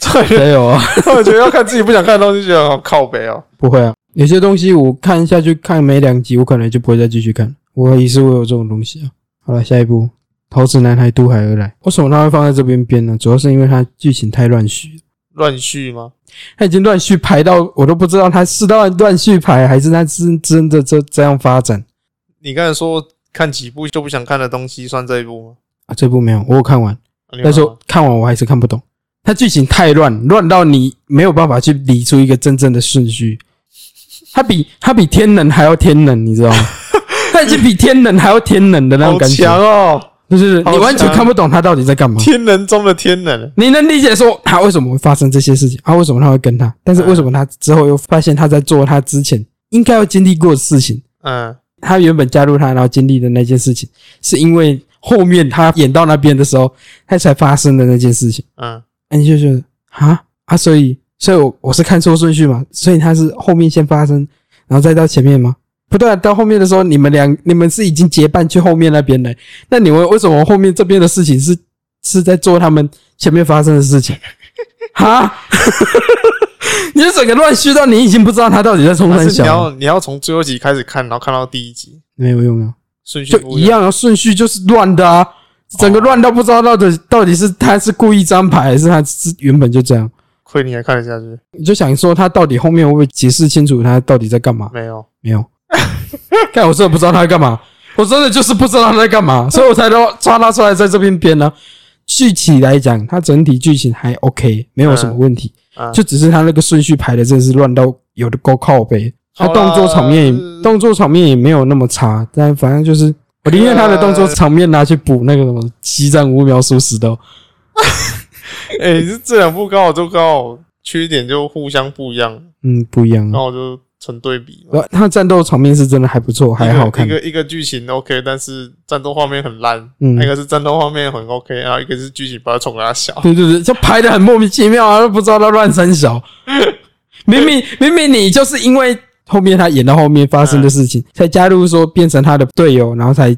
Speaker 2: 突然觉得
Speaker 3: 加油啊！
Speaker 2: 突然觉得要看自己不想看的东西，觉得好靠背哦。
Speaker 3: 不会啊，有些东西我看下去看没两集，我可能就不会再继续看。我也是会有这种东西啊。好了，下一部《桃子男孩渡海而来》，为什么它会放在这边编呢？主要是因为它剧情太乱序了，
Speaker 2: 乱序吗？
Speaker 3: 它已经乱序排到我都不知道它是到乱序排，还是它是真的这这样发展
Speaker 2: 你刚才说看几部就不想看的东西，算这一部吗？
Speaker 3: 啊？这部没有，我有看完，
Speaker 2: 啊你有
Speaker 3: 但是
Speaker 2: 看吗
Speaker 3: 我看完我还是看不懂。它剧情太乱，乱到你没有办法去理出一个真正的顺序。它比它比天能还要天能，你知 道吗？它已经比天能还要天能的那种
Speaker 2: 好
Speaker 3: 感觉，
Speaker 2: 强哦，
Speaker 3: 就是
Speaker 2: 好
Speaker 3: 你完全
Speaker 2: 强
Speaker 3: 看不懂他到底在干嘛。
Speaker 2: 天人中的天人。
Speaker 3: 你能理解说啊他为什么会发生这些事情，啊他为什么他会跟他，但是为什么他之后又发现他在做他之前应该要经历过的事情？
Speaker 2: 嗯，
Speaker 3: 他原本加入他，然后经历的那件事情，是因为后面他演到那边的时候，他才发生的那件事情。
Speaker 2: 嗯，
Speaker 3: 那你就觉得啊啊，所以所以我我是看错顺序嘛，所以他是后面先发生，然后再到前面吗？不对、啊，到后面的时候，你们两你们是已经结伴去后面那边了，那你们为什么后面这边的事情是是在做他们前面发生的事情？哈， 你就整个乱序到你已经不知道他到底在冲
Speaker 2: 但是
Speaker 3: 三
Speaker 2: 你
Speaker 3: 小
Speaker 2: 要
Speaker 3: 了，
Speaker 2: 你要从最后一集开始看，然后看到第一集
Speaker 3: 没有用啊，
Speaker 2: 顺序
Speaker 3: 就
Speaker 2: 不
Speaker 3: 一样啊，顺序就是乱的啊，整个乱到不知道到底到底是他是故意张牌，还是他是原本就这样。
Speaker 2: 亏你还看得下去？
Speaker 3: 你就想说他到底后面会不会解释清楚他到底在干嘛？
Speaker 2: 没有，
Speaker 3: 没有， 看我真的不知道他在干嘛，我真的就是不知道他在干嘛，所以我才都抓他出来在这边编呢。具体来讲，他整体剧情还 OK，没有什么问题，
Speaker 2: 嗯嗯
Speaker 3: 就只是他那个顺序排的真是乱到有的够靠背。他动作场面
Speaker 2: 呃
Speaker 3: 也动作场面也没有那么差，但反正就是我宁愿他的动作场面拿去补那个什么《激战五秒数十刀》，
Speaker 2: 哎，这这两部刚好就刚好缺点就互相不一样，
Speaker 3: 嗯，不一样
Speaker 2: 刚
Speaker 3: 啊。
Speaker 2: 好就成对比嘛。
Speaker 3: 呃他的战斗场面是真的还不错，还好看
Speaker 2: 一。个一个剧情 OK，但是战斗画面很烂，
Speaker 3: 嗯
Speaker 2: 那个是战斗画面很 OK，然后一个是剧情把它宠它小，
Speaker 3: 对对对，就拍的很莫名其妙啊，都不知道他乱三 小。明明明明你就是因为后面他演到后面发生的事情，才加入说变成他的队友，然后才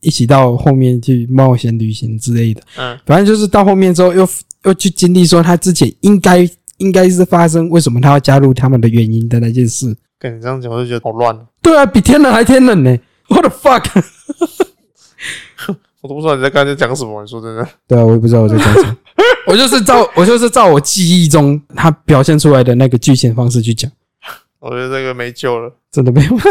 Speaker 3: 一起到后面去冒险旅行之类的。
Speaker 2: 嗯，
Speaker 3: 反正就是到后面之后又 又去经历说他之前应该应该是发生为什么他要加入他们的原因的那件事。
Speaker 2: 跟你这样讲我就觉得好乱哦，
Speaker 3: 对啊，比天冷还天冷呢、我的 fuck！
Speaker 2: 我都不知道你在刚才讲什么，你说真的，
Speaker 3: 对啊，我也不知道我在讲什么， 我就是照我就是照我记忆中他表现出来的那个剧情方式去讲。
Speaker 2: 我觉得这个没救了，
Speaker 3: 真的没有做，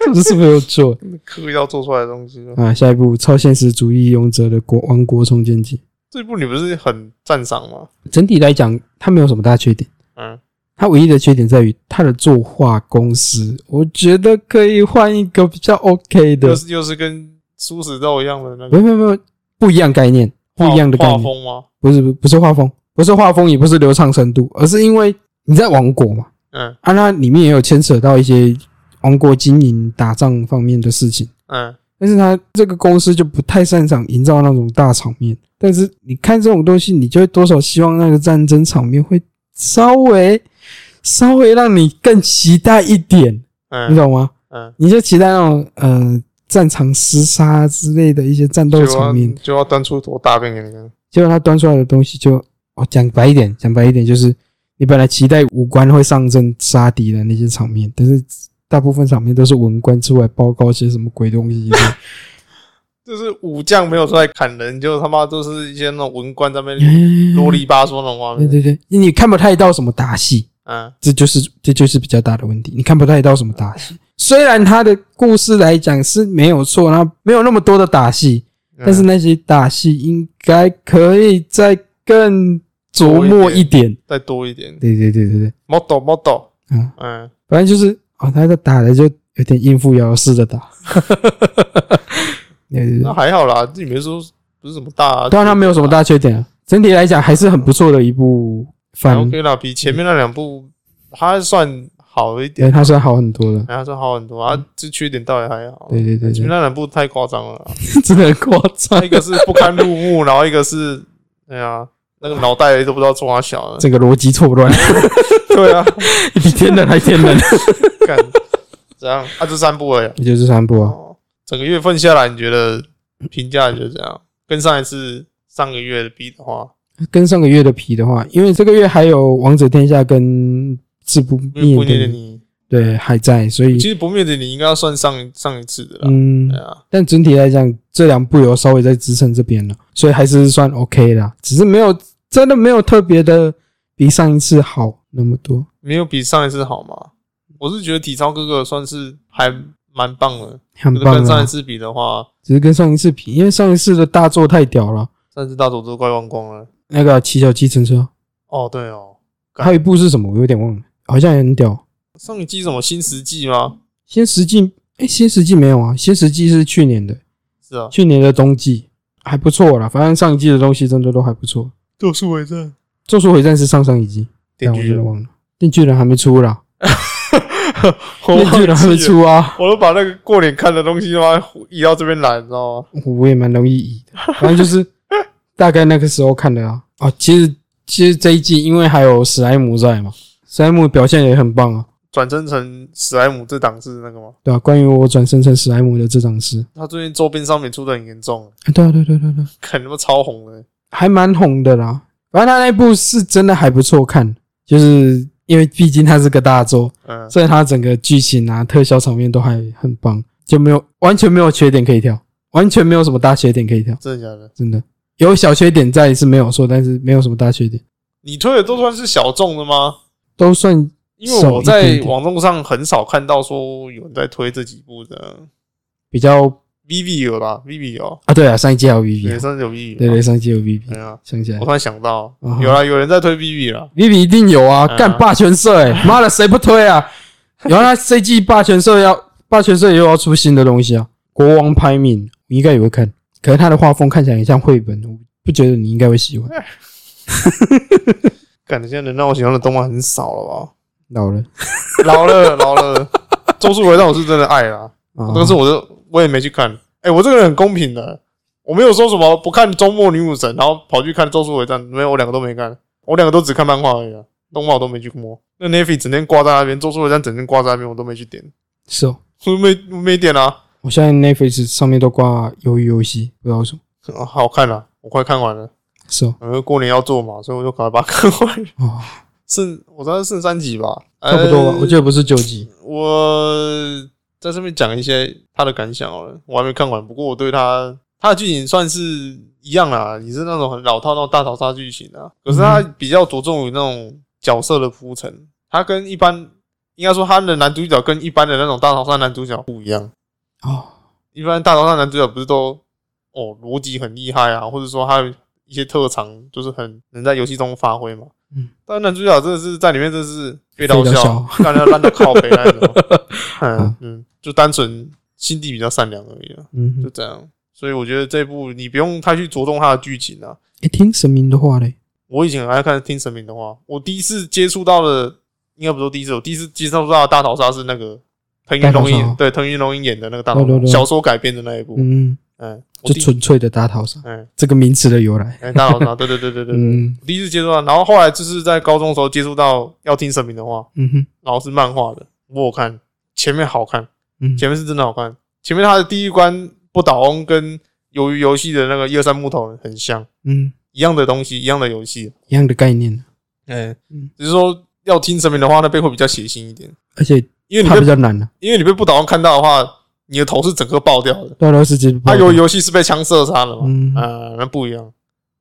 Speaker 3: 真的是没有做
Speaker 2: 刻意要做出来的东西了。
Speaker 3: 啊！下一步《超现实主义勇者的国王国重建记
Speaker 2: 这部你不是很赞赏吗？》，
Speaker 3: 整体来讲，它没有什么大缺点，
Speaker 2: 嗯，
Speaker 3: 它唯一的缺点在于它的作画公司，我觉得可以换一个比较 OK
Speaker 2: 又
Speaker 3: 的，
Speaker 2: 是又是跟苏死豆一样的那个
Speaker 3: 没有没有没有，不一样概念，不一样的概
Speaker 2: 画
Speaker 3: 念，
Speaker 2: 风吗？
Speaker 3: 不是不是画风，不是画风，也不是流畅程度，而是因为你在王国嘛，
Speaker 2: 嗯
Speaker 3: 啊，那里面也有牵扯到一些王国经营、打仗方面的事情。
Speaker 2: 嗯，
Speaker 3: 但是他这个公司就不太擅长营造那种大场面。但是你看这种东西，你就会多少希望那个战争场面会稍微稍微让你更期待一点，你
Speaker 2: 嗯
Speaker 3: 懂吗？
Speaker 2: 嗯，
Speaker 3: 你就期待那种呃战场厮杀之类的一些战斗
Speaker 2: 就
Speaker 3: 场
Speaker 2: 要
Speaker 3: 面。
Speaker 2: 就要端出坨大便给你看，
Speaker 3: 结果他端出来的东西就，哦，讲白一点，讲白一点就是，你本来期待武官会上阵杀敌的那些场面，但是大部分场面都是文官出来报告些什么鬼 东西的。
Speaker 2: 就是武将没有出来砍人，就他妈都是一些那种文官在那边啰里吧嗦那种画
Speaker 3: 对
Speaker 2: 面，
Speaker 3: 哎对对，你看不太到什么打戏，
Speaker 2: 嗯
Speaker 3: 这就是这就是比较大的问题。你看不太到什么打戏，虽然他的故事来讲是没有错，然后没有那么多的打戏，
Speaker 2: 嗯
Speaker 3: 但是那些打戏应该可以再更琢磨一点。
Speaker 2: 再多一点
Speaker 3: 对对对对对，
Speaker 2: ，model model，
Speaker 3: 嗯，
Speaker 2: 嗯，
Speaker 3: 反正就是哦，他的打的就有点应付遥式的打， 对对对
Speaker 2: 那，还好啦，这里面说不是什么大，啊
Speaker 3: 当然他没有什么大缺点啊，整体来讲还是很不错的一部
Speaker 2: 还
Speaker 3: 番，
Speaker 2: OK 啦，比前面那两部它算好一
Speaker 3: 对，
Speaker 2: 点，
Speaker 3: 他算好很多了，
Speaker 2: 然后算好很多啊，这缺点倒也还好，
Speaker 3: 对对对
Speaker 2: 前面，
Speaker 3: 对
Speaker 2: 那两部太夸张了啦，
Speaker 3: 真的很夸张。
Speaker 2: 一个是不堪入目，然后一个是，哎呀，那个脑袋都不知道装哪小了，
Speaker 3: 整个逻辑错 乱，
Speaker 2: 对啊，
Speaker 3: 比天冷还天 冷。
Speaker 2: 干怎样？啊，这三部而已啊。
Speaker 3: 也就是三部啊，
Speaker 2: 哦，整个月份下来，你觉得评价你觉得怎样？跟上一次上个月的比的话，
Speaker 3: 跟上个月的皮的话，因为这个月还有《王者天下》跟《自不
Speaker 2: 因为不
Speaker 3: 灭
Speaker 2: 灭的
Speaker 3: 的，
Speaker 2: 你，
Speaker 3: 对还在，所以
Speaker 2: 其实不灭的你应该要算上上一次的啦。
Speaker 3: 嗯
Speaker 2: 对，啊，
Speaker 3: 但整体来讲，这两部有稍微在支撑这边了，所以还是算 OK 啦，只是没有真的没有特别的比上一次好那么多。
Speaker 2: 没有比上一次好嘛。我是觉得体操哥哥算是还蛮棒的，
Speaker 3: 很
Speaker 2: 就是
Speaker 3: 棒
Speaker 2: 跟上一
Speaker 3: 啊！
Speaker 2: 次比的话，
Speaker 3: 只是跟上一次比，因为上一次的大作太屌了，
Speaker 2: 上一次大佐都快忘光了。
Speaker 3: 那个骑小计程车，
Speaker 2: 哦，对哦，
Speaker 3: 还有一部是什么，我有点忘了，好像也很屌。
Speaker 2: 上一季什么新实际吗？
Speaker 3: 新石纪，哎，新石纪没有啊，新石纪是去年的，
Speaker 2: 是啊，
Speaker 3: 去年的冬季还不错啦，反正上一季的东西真的都还不错。
Speaker 2: 咒术回战
Speaker 3: 《咒术回战》是上上一季，
Speaker 2: 电
Speaker 3: 但我
Speaker 2: 锯
Speaker 3: 真的
Speaker 2: 人，
Speaker 3: 忘了，《电锯人》还没出 啦，
Speaker 2: 我忘
Speaker 3: 《电锯人》还没
Speaker 2: 记了
Speaker 3: 出啊，
Speaker 2: 我都把那个过年看的东西他妈移到这边来，哦你知道吗？
Speaker 3: 我也蛮容易移的，反正就是 大概那个时候看的啊。哦，其实其实这一季因为还有史莱姆在嘛，史莱姆表现也很棒啊，
Speaker 2: 转生成史莱姆这档是那个吗？
Speaker 3: 对吧、关于我转生成史莱姆的这档事，
Speaker 2: 他最近周边商品出的很严重，
Speaker 3: 啊对啊对对对对，
Speaker 2: 看他妈超红的。
Speaker 3: 还蛮红的啦。反正他那部是真的还不错看，就是因为毕竟它是个大作，
Speaker 2: 嗯，
Speaker 3: 所以它整个剧情啊、特效场面都还很棒，就没有完全没有缺点可以挑，完全没有什么大缺点可以挑，
Speaker 2: 真的假的？
Speaker 3: 真的有小缺点在是没有错，但是没有什么大缺点，
Speaker 2: 你推的都算是小众的吗？
Speaker 3: 都算
Speaker 2: 因为我
Speaker 3: 少一
Speaker 2: 在
Speaker 3: 点点
Speaker 2: 网络上很少看到说有人在推这几部的。
Speaker 3: 比较
Speaker 2: Vivi 有啦，Vivi 有，
Speaker 3: 啊。对啊，上一季还有
Speaker 2: 也
Speaker 3: VV，啊
Speaker 2: 算是有 Vivi。
Speaker 3: 对对，，上一季有
Speaker 2: 对
Speaker 3: VV，
Speaker 2: 啊，
Speaker 3: 想起来
Speaker 2: 我突然想到
Speaker 3: 嗯，哼
Speaker 2: 有啦，有人在推 Vivi 啦。
Speaker 3: ，VV 一定有啊，
Speaker 2: 嗯
Speaker 3: 干霸权社，哎，妈的谁不推啊？然后他这一季霸权社要霸权社又要出新的东西啊，国王排名你应该也会看，可是他的画风看起来很像绘本，我不觉得你应该会喜欢。
Speaker 2: 哎感觉现在能让我喜欢的动漫很少了吧？
Speaker 3: 老了
Speaker 2: 老了，老了。周树回让我是真的爱啦，
Speaker 3: 啊，
Speaker 2: 但是我的我也没去看。哎、我这个人很公平的，我没有说什么不看周末女武神，然后跑去看周树回战，没有，我两个都没看，我两个都只看漫画而已、啊，动画我都没去摸。那 Navy 整天挂在那边，周树回战整天挂在那边，我都没去点，
Speaker 3: 是哦，
Speaker 2: 我没我没点啊。
Speaker 3: 我现在 Netflix 上面都挂《鱿鱼游戏》，不知道为什么。
Speaker 2: 啊好看啊，我快看完了，
Speaker 3: 是哦，
Speaker 2: 因为过年要做嘛，所以我就赶快把它看完。
Speaker 3: 哦，
Speaker 2: 剩我大概剩三集吧，
Speaker 3: 差不多吧
Speaker 2: 呃，
Speaker 3: 我觉得不是九集。
Speaker 2: 我在上面讲一些他的感想好了，我还没看完，不过我对他他的剧情算是一样啦，也是那种很老套那种大逃杀剧情啊，可是他比较着重于那种角色的铺陈，他跟一般应该说他的男主角跟一般的那种大逃杀男主角不一样，
Speaker 3: 哦，
Speaker 2: 一般大逃杀男主角不是都哦逻辑很厉害啊，或者说他有一些特长就是很能在游戏中发挥嘛。
Speaker 3: 嗯，
Speaker 2: 但男主角真的是在里面真的是被
Speaker 3: 被
Speaker 2: 刀
Speaker 3: 刀
Speaker 2: 削
Speaker 3: 削，
Speaker 2: 干到烂到靠北那 种。嗯嗯，就单纯心地比较善良而已啊，
Speaker 3: 嗯
Speaker 2: 就，这样。所以我觉得这部你不用太去着重它的剧情啊。
Speaker 3: 诶，听神明的话嘞，
Speaker 2: 我以前很爱看听神明的话，我第一次接触到的，应该不是说第一次，我第一次接触到的大逃杀是那个藤原龙
Speaker 3: 大逃杀
Speaker 2: 一，对藤原龙一演的那个大逃
Speaker 3: 对对
Speaker 2: 杀
Speaker 3: 对
Speaker 2: 小说改编的那一部，
Speaker 3: 嗯，
Speaker 2: 嗯，我
Speaker 3: 就
Speaker 2: 第
Speaker 3: 纯粹的大逃杀
Speaker 2: 嗯
Speaker 3: 这个名词的由来。
Speaker 2: 哎大逃杀，对对对对对，对
Speaker 3: 嗯
Speaker 2: 第一次接触到，然后后来就是在高中的时候接触到要听神明的话，
Speaker 3: 嗯哼，
Speaker 2: 然后是漫画的，我有看前面好看，
Speaker 3: 嗯，
Speaker 2: 前面是真的好看。前面他的第一关不倒翁跟鱿鱼游戏的那个一二三木头很像，
Speaker 3: 嗯，
Speaker 2: 一样的东西，一样的游戏。
Speaker 3: 一样的概念，
Speaker 2: 嗯
Speaker 3: 嗯，
Speaker 2: 只是说要听神明的话，那边会比较血腥一点，
Speaker 3: 而且
Speaker 2: 因为你
Speaker 3: 它比
Speaker 2: 被
Speaker 3: 较难了，
Speaker 2: 因为你被不倒翁看到的话，你的头是整个爆掉的。
Speaker 3: 大家都是直接
Speaker 2: 他鱿鱼啊游戏是被枪射杀的嘛？
Speaker 3: 嗯
Speaker 2: 啊，那不一样。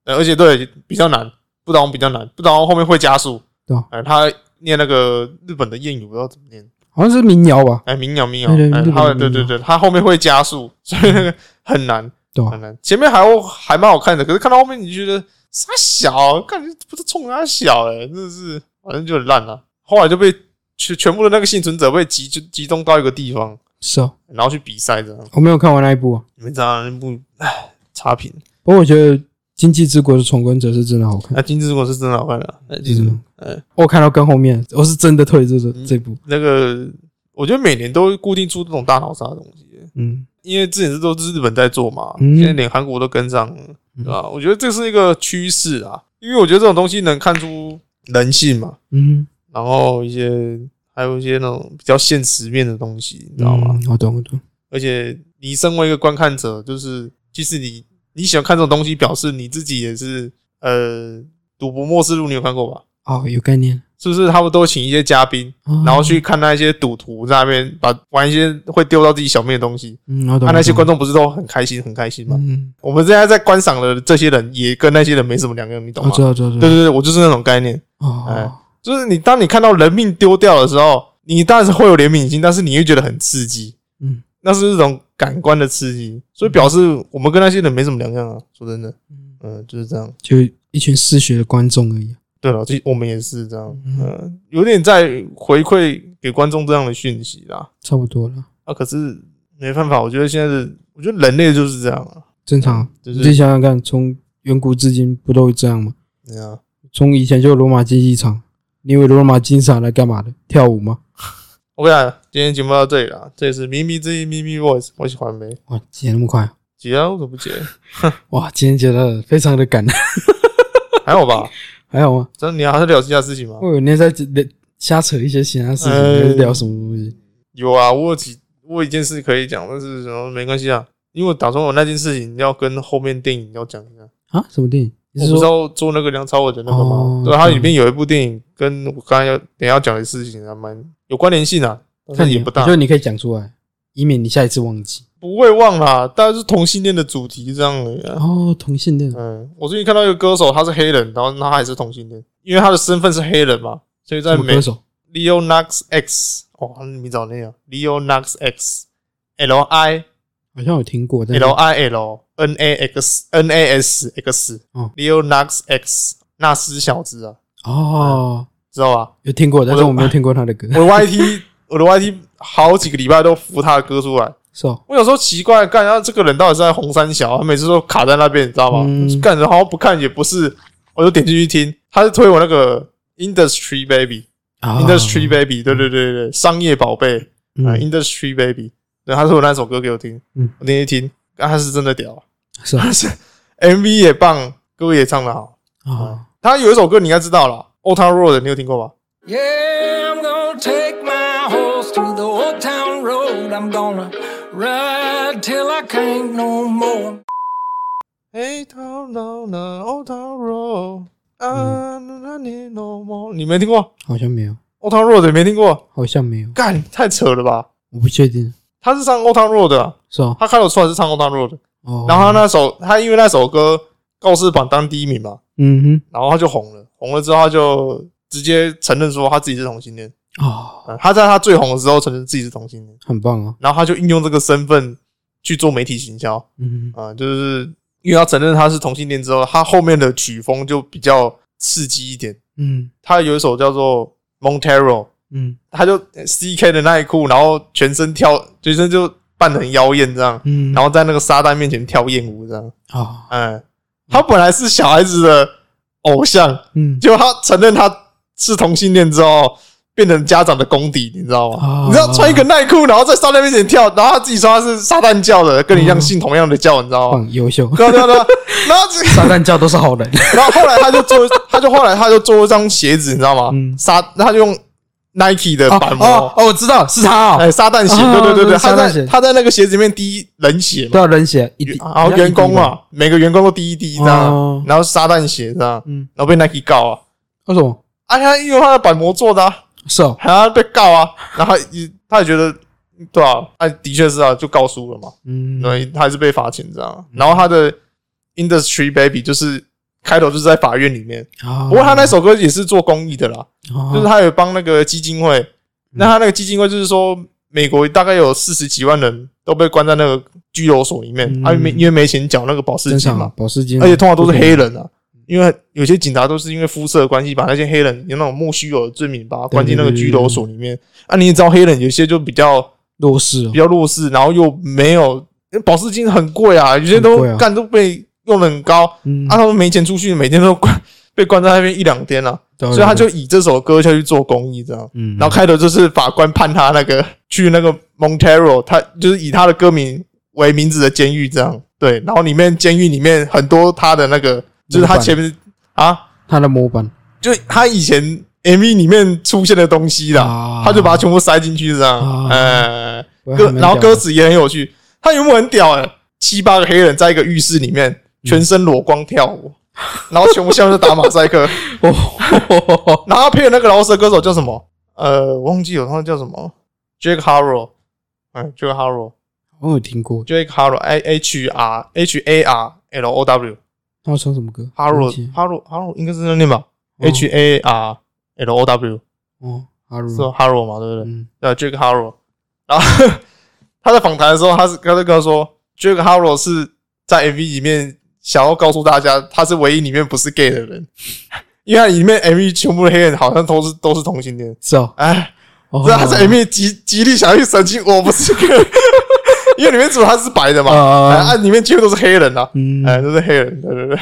Speaker 2: 呃而且对比较难，不倒翁比较难，不倒翁后面会加速。
Speaker 3: 对啊
Speaker 2: 哎，他念那个日本的谚语，我不知道怎么念。
Speaker 3: 好像是民谣吧，
Speaker 2: 哎，民谣民谣，
Speaker 3: 对对
Speaker 2: 哎
Speaker 3: 日本
Speaker 2: 他
Speaker 3: 的
Speaker 2: 对对
Speaker 3: 民嗯
Speaker 2: 对，他后面会加速，所以那个很难。
Speaker 3: 对啊吧
Speaker 2: 很？难。前面还还蛮好看的，可是看到后面你就觉得傻小，感觉不是冲他小哎、欸，真的是反正就很烂了、啊后来就被全全部的那个幸存者被集就集中到一个地方，
Speaker 3: 是哦，
Speaker 2: 然后去比赛这样。
Speaker 3: 我没有看完那一部啊，
Speaker 2: 你们知道那部唉差评，
Speaker 3: 不过我觉得《经济之国的闯关者》是真的好看
Speaker 2: 那，《金之国》是真的好看的、啊，那其实
Speaker 3: 嗯
Speaker 2: 哎
Speaker 3: 我看到跟后面，我是真的退这
Speaker 2: 嗯
Speaker 3: 这这部，
Speaker 2: 那个我觉得每年都会固定出这种大逃杀的东西。
Speaker 3: 嗯，
Speaker 2: 因为之前是都是日本在做嘛，
Speaker 3: 嗯
Speaker 2: 现在连韩国都跟上了，对吧？我觉得这是一个趋势啊，因为我觉得这种东西能看出人性嘛，
Speaker 3: 嗯，
Speaker 2: 然后一些还有一些那种比较现实面的东西，你知道吗？
Speaker 3: 嗯？我懂，我懂，
Speaker 2: 而且你身为一个观看者，就是即使你你喜欢看这种东西，表示你自己也是呃，《赌博默示录》你有看过吧？
Speaker 3: 哦，有概念，
Speaker 2: 是不是他们都请一些嘉宾，
Speaker 3: 哦
Speaker 2: 然后，去看那一些赌徒在那边把玩一些会丢到自己小命的东西？
Speaker 3: 嗯，我
Speaker 2: 啊那、
Speaker 3: 懂，
Speaker 2: 那些
Speaker 3: 我
Speaker 2: 观众
Speaker 3: 懂
Speaker 2: 不是都很开心很开心吗？
Speaker 3: 嗯，
Speaker 2: 我们现在在观赏的这些人，也跟那些人没什么两样，你懂
Speaker 3: 我
Speaker 2: 吗？
Speaker 3: 哦知道，知道，知
Speaker 2: 对
Speaker 3: 道
Speaker 2: 对，对，我就是那种概念。
Speaker 3: 哦
Speaker 2: 哎，就是你当你看到人命丢掉的时候，你当然是会有怜悯心，但是你又觉得很刺激，
Speaker 3: 嗯，
Speaker 2: 那是一种感官的刺激，所以表示我们跟那些人没什么两样啊。说真的，
Speaker 3: 嗯
Speaker 2: 嗯、就是这样。
Speaker 3: 就一群嗜血的观众而已，
Speaker 2: 对了，这我们也是这样，嗯、
Speaker 3: 嗯
Speaker 2: 有点在回馈给观众这样的讯息啦。
Speaker 3: 差不多了，
Speaker 2: 啊，可是没办法，我觉得现在的，我觉得人类就是这样啊，
Speaker 3: 正常啊。
Speaker 2: 就
Speaker 3: 你自己
Speaker 2: 是
Speaker 3: 想想看，从远古至今不都这样吗？
Speaker 2: 这
Speaker 3: 啊
Speaker 2: 样。
Speaker 3: 从以前就有罗马竞技场，你以为罗马竞技场来干嘛的？跳舞吗？
Speaker 2: OK 啊，今天节目到这里了，这也是咪咪之音咪咪 voice，我喜欢没？
Speaker 3: 哇，剪那么快啊！
Speaker 2: 结啊，为什么不结？
Speaker 3: 哇，今天觉得非常的赶，
Speaker 2: 还好吧？
Speaker 3: 还好吗？
Speaker 2: 真的，你还是聊其他事情吗？
Speaker 3: 我有天在瞎扯一些其他事情，
Speaker 2: 哎
Speaker 3: 在聊什么东西？
Speaker 2: 有啊，我有几我有一件事可以讲，但是什么没关系啊，因为我打算我那件事情要跟后面电影要讲一下。
Speaker 3: 啊？什么电影？你
Speaker 2: 我
Speaker 3: 是
Speaker 2: 不是
Speaker 3: 说
Speaker 2: 要做那个梁朝伟的那个吗
Speaker 3: 哦？
Speaker 2: 对啊，它
Speaker 3: 对
Speaker 2: 里面有一部电影跟我刚才要等一下要讲的事情还蛮有关联性啊，但
Speaker 3: 看
Speaker 2: 是
Speaker 3: 哦你
Speaker 2: 也不大
Speaker 3: 我觉，得你可以讲出来，以免你下一次忘记。
Speaker 2: 不会忘啦。但是同性恋的主题这样的、啊。
Speaker 3: 哦，同性恋，
Speaker 2: 嗯，我最近看到一个歌手，他是黑人，然后他还是同性恋，因为他的身份是黑人嘛，所以在
Speaker 3: 什么
Speaker 2: 美
Speaker 3: 歌手？
Speaker 2: Leo Knox X，哦，他的名字好念啊，Leo Knox X，L I
Speaker 3: 好像有听过，但是
Speaker 2: L I L N A X N A S X，
Speaker 3: 嗯
Speaker 2: Leo Knox X，纳斯小子啊，
Speaker 3: 哦，
Speaker 2: 知道吧？
Speaker 3: 有听过，但是
Speaker 2: 我的
Speaker 3: 我没有听过他的歌。
Speaker 2: 我的 YT 我的 YT 好几个礼拜都浮他的歌出来。
Speaker 3: 是哦，
Speaker 2: 我有时候奇怪，干，啊他这个人到底是在红三小？他每次都卡在那边，你知道吗
Speaker 3: 嗯？
Speaker 2: 干、然后不看也不是，我就点进去听，他是推我那个 Industry Baby，Industry、
Speaker 3: 啊
Speaker 2: Baby，对对对对，商业宝贝，啊、
Speaker 3: 嗯
Speaker 2: i n d u s t r y Baby，然后他说我那首歌给我听，
Speaker 3: 嗯
Speaker 2: 我那天听，啊，他是真的屌，
Speaker 3: 是 啊
Speaker 2: 他是 MV 也棒，歌也唱得好。
Speaker 3: 啊，
Speaker 2: 他有一首歌你应该知道啦 o t a Road，你有听过吧？
Speaker 1: Yeah, I'm gonna take my horse to the old town road. I'm gonna ride till I can't no more.
Speaker 2: 哎，头脑呢 o t a Road，啊，
Speaker 3: 嗯
Speaker 2: 那你 no more，你没听过
Speaker 3: 好像没有，
Speaker 2: o t a Road，你没听过？
Speaker 3: 好像没有，
Speaker 2: 干，太扯了吧！
Speaker 3: 我不确定，
Speaker 2: 他是唱 o t a Road 的啊，
Speaker 3: 是哦，
Speaker 2: 他开头出来是唱 o t a Road 的，
Speaker 3: 哦，
Speaker 2: 然后他那首他因为那首歌告示榜当第一名嘛，
Speaker 3: 嗯
Speaker 2: 然后他就红了，红了之后他就直接承认说他自己是同性恋。
Speaker 3: 哼，哦，
Speaker 2: 嗯，他在他最红的时候承认自己是同性恋，
Speaker 3: 很棒哦，
Speaker 2: 然后他就运用这个身份去做媒体行销
Speaker 3: 嗯
Speaker 2: 啊、就是因为他承认他是同性恋之后，他后面的曲风就比较刺激一点。
Speaker 3: 嗯
Speaker 2: 他有一首叫做《Montero》，
Speaker 3: 嗯
Speaker 2: 他就 CK 的内裤，然后全身跳，全身就扮得很妖艳这样，
Speaker 3: 嗯，
Speaker 2: 然后在那个沙滩面前跳艳舞这样。
Speaker 3: 啊，
Speaker 2: 嗯，他本来是小孩子的偶像，
Speaker 3: 嗯
Speaker 2: 结果他承认他是同性恋之后，变成家长的公敌，你知道
Speaker 3: 啊
Speaker 2: 吗？你知道穿一个耐裤，然后在沙滩面前跳，然后他自己说他是撒旦教的，跟你一样
Speaker 3: 嗯
Speaker 2: 信同样的教，你知道吗？
Speaker 3: 棒，优秀，
Speaker 2: 对啊对啊对啊，然后这
Speaker 3: 撒旦教都是 好人，
Speaker 2: 然后后来他就做，他就后来他就做一双鞋子，你知道吗
Speaker 3: 嗯？
Speaker 2: 撒，他就用 Nike 的
Speaker 3: 哦
Speaker 2: 板
Speaker 3: 哦
Speaker 2: 模，
Speaker 3: 哦，我知道是他哦，
Speaker 2: 哎，撒旦鞋，
Speaker 3: 啊
Speaker 2: 对对对对，
Speaker 3: 撒
Speaker 2: 他
Speaker 3: 旦鞋
Speaker 2: 在他在那个鞋子里面滴人血嘛，
Speaker 3: 都要冷血，一滴
Speaker 2: 然后员工，啊，每个员工都滴一滴这
Speaker 3: 哦
Speaker 2: 样，然后撒旦鞋这样，
Speaker 3: 嗯，
Speaker 2: 然后被 Nike 告啊，
Speaker 3: 为什么？
Speaker 2: 啊，他因为他的板模做的啊。
Speaker 3: 是哦，
Speaker 2: 还要被告啊，然后他也他也觉得对啊，他的确是啊，就告输了嘛，
Speaker 3: 嗯，
Speaker 2: 所以他还是被罚钱这样。啊然后他的 Industry Baby 就是开头就是在法院里面，
Speaker 3: 啊，
Speaker 2: 不
Speaker 3: 不
Speaker 2: 过他那首歌也是做公益的啦，
Speaker 3: 哦嗯
Speaker 2: 就是他有帮那个基金会，那他那个基金会就是说。美国大概有四十几万人都被关在那个拘留所里面，
Speaker 3: 嗯
Speaker 2: 啊，因为因为没钱缴那个保释
Speaker 3: 正
Speaker 2: 金
Speaker 3: 常啊
Speaker 2: 嘛，
Speaker 3: 保释金，
Speaker 2: 而且通常都是黑人啊，
Speaker 3: 嗯
Speaker 2: 因为有些警察都是因为肤色的关系，把那些黑人有那种莫须有的罪名，把他关进那个拘留所里面。啊，你也知道黑人有些就比较
Speaker 3: 弱势哦
Speaker 2: 比，较弱势，然后又没有因为保释金很贵啊，有些
Speaker 3: 很
Speaker 2: 都
Speaker 3: 贵啊
Speaker 2: 干都被用的很高，啊，
Speaker 3: 嗯，
Speaker 2: 他们没钱出去，每天都关被关在那边一两天啊，
Speaker 3: 对
Speaker 2: 所以他
Speaker 3: 对
Speaker 2: 就以这首歌下去做公益，这样。
Speaker 3: 嗯，
Speaker 2: 然后开头就是法官判他那个去那个 Montero，他就是以他的歌名为名字的监狱这样。对，然后里面监狱里面很多他的那个，就是他前面啊，
Speaker 3: 他的模板
Speaker 2: 就是他以前 MV 里面出现的东西啦，
Speaker 3: 啊
Speaker 2: 他就把它全部塞进去这
Speaker 3: 啊
Speaker 2: 样。呃，
Speaker 3: 我还
Speaker 2: 歌
Speaker 3: 蛮
Speaker 2: 然后
Speaker 3: 屌
Speaker 2: 歌
Speaker 3: 的
Speaker 2: 词也很有趣，他原本很屌哎、七八个黑人在一个浴室里面全身裸光跳舞，然后全部下面就打马赛克。
Speaker 3: 哦，
Speaker 2: 然后配的那个饶舌歌手叫什么？呃，我忘记了，他叫什么？Jake Harrow，嗯，Jake Harrow，Jake
Speaker 3: 我有听过，
Speaker 2: Harrow，I 哎 H R H A R L O W，Harrow
Speaker 3: 他有唱什么歌
Speaker 2: Harrow Harrow 应该是这样念吧
Speaker 3: 哦
Speaker 2: ？H A R L O W
Speaker 3: 哦
Speaker 2: 是
Speaker 3: ，Haru，
Speaker 2: Harrow 嘛，对不对？
Speaker 3: 嗯
Speaker 2: 对，Jake Harrow。然后他在访谈的时候，他是他就跟他说，Jake Harrow 是在 MV 里面想要告诉大家，他是唯一里面不是 gay 的人， 因为他里面 MV 全部的黑人好像都是都是同性恋，
Speaker 3: 是哦，
Speaker 2: 哎。
Speaker 3: 哦
Speaker 2: 不是，他在里面极极力想要去澄清，我不 是 gay，因为里面主他是白的嘛，
Speaker 3: 啊
Speaker 2: 哎啊，里面几乎都是黑人啊，
Speaker 3: 嗯
Speaker 2: 哎，都是黑人，对对对，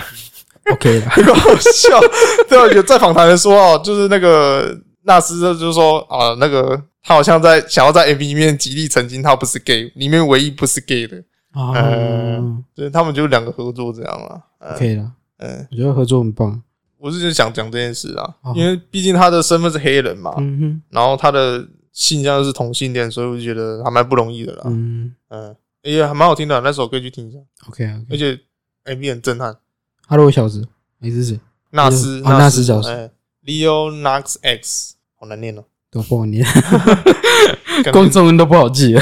Speaker 3: ，OK 了，
Speaker 2: 很好笑。对啊，有在访谈的说哦，就是那个纳斯就是说啊，那个他好像在想要在 MV 里面极力澄清他不是 gay，里面唯一不是 gay 的，哎
Speaker 3: 啊
Speaker 2: 就是他们就两个合作这样嘛，嗯
Speaker 3: ，OK 了，
Speaker 2: 嗯，
Speaker 3: 我觉得合作很棒，
Speaker 2: 我是就想讲这件事啊
Speaker 3: 哦，
Speaker 2: 因为毕竟他的身份是黑人嘛，
Speaker 3: 嗯
Speaker 2: 然后他的性向又是同性恋，所以我就觉得还蛮不容易的啦
Speaker 3: 哼，。嗯
Speaker 2: 嗯，也还蛮好听的，那首歌去听一下，
Speaker 3: ，OK
Speaker 2: 而
Speaker 3: OK，
Speaker 2: 且 MV 很震撼。
Speaker 3: 哈喽小子，你是谁？
Speaker 2: 纳斯，
Speaker 3: 哦纳斯角色
Speaker 2: 哎，Leo Knox X，好难念哦。
Speaker 3: 都不 好念，
Speaker 2: 感觉
Speaker 3: 光中文都不好记了，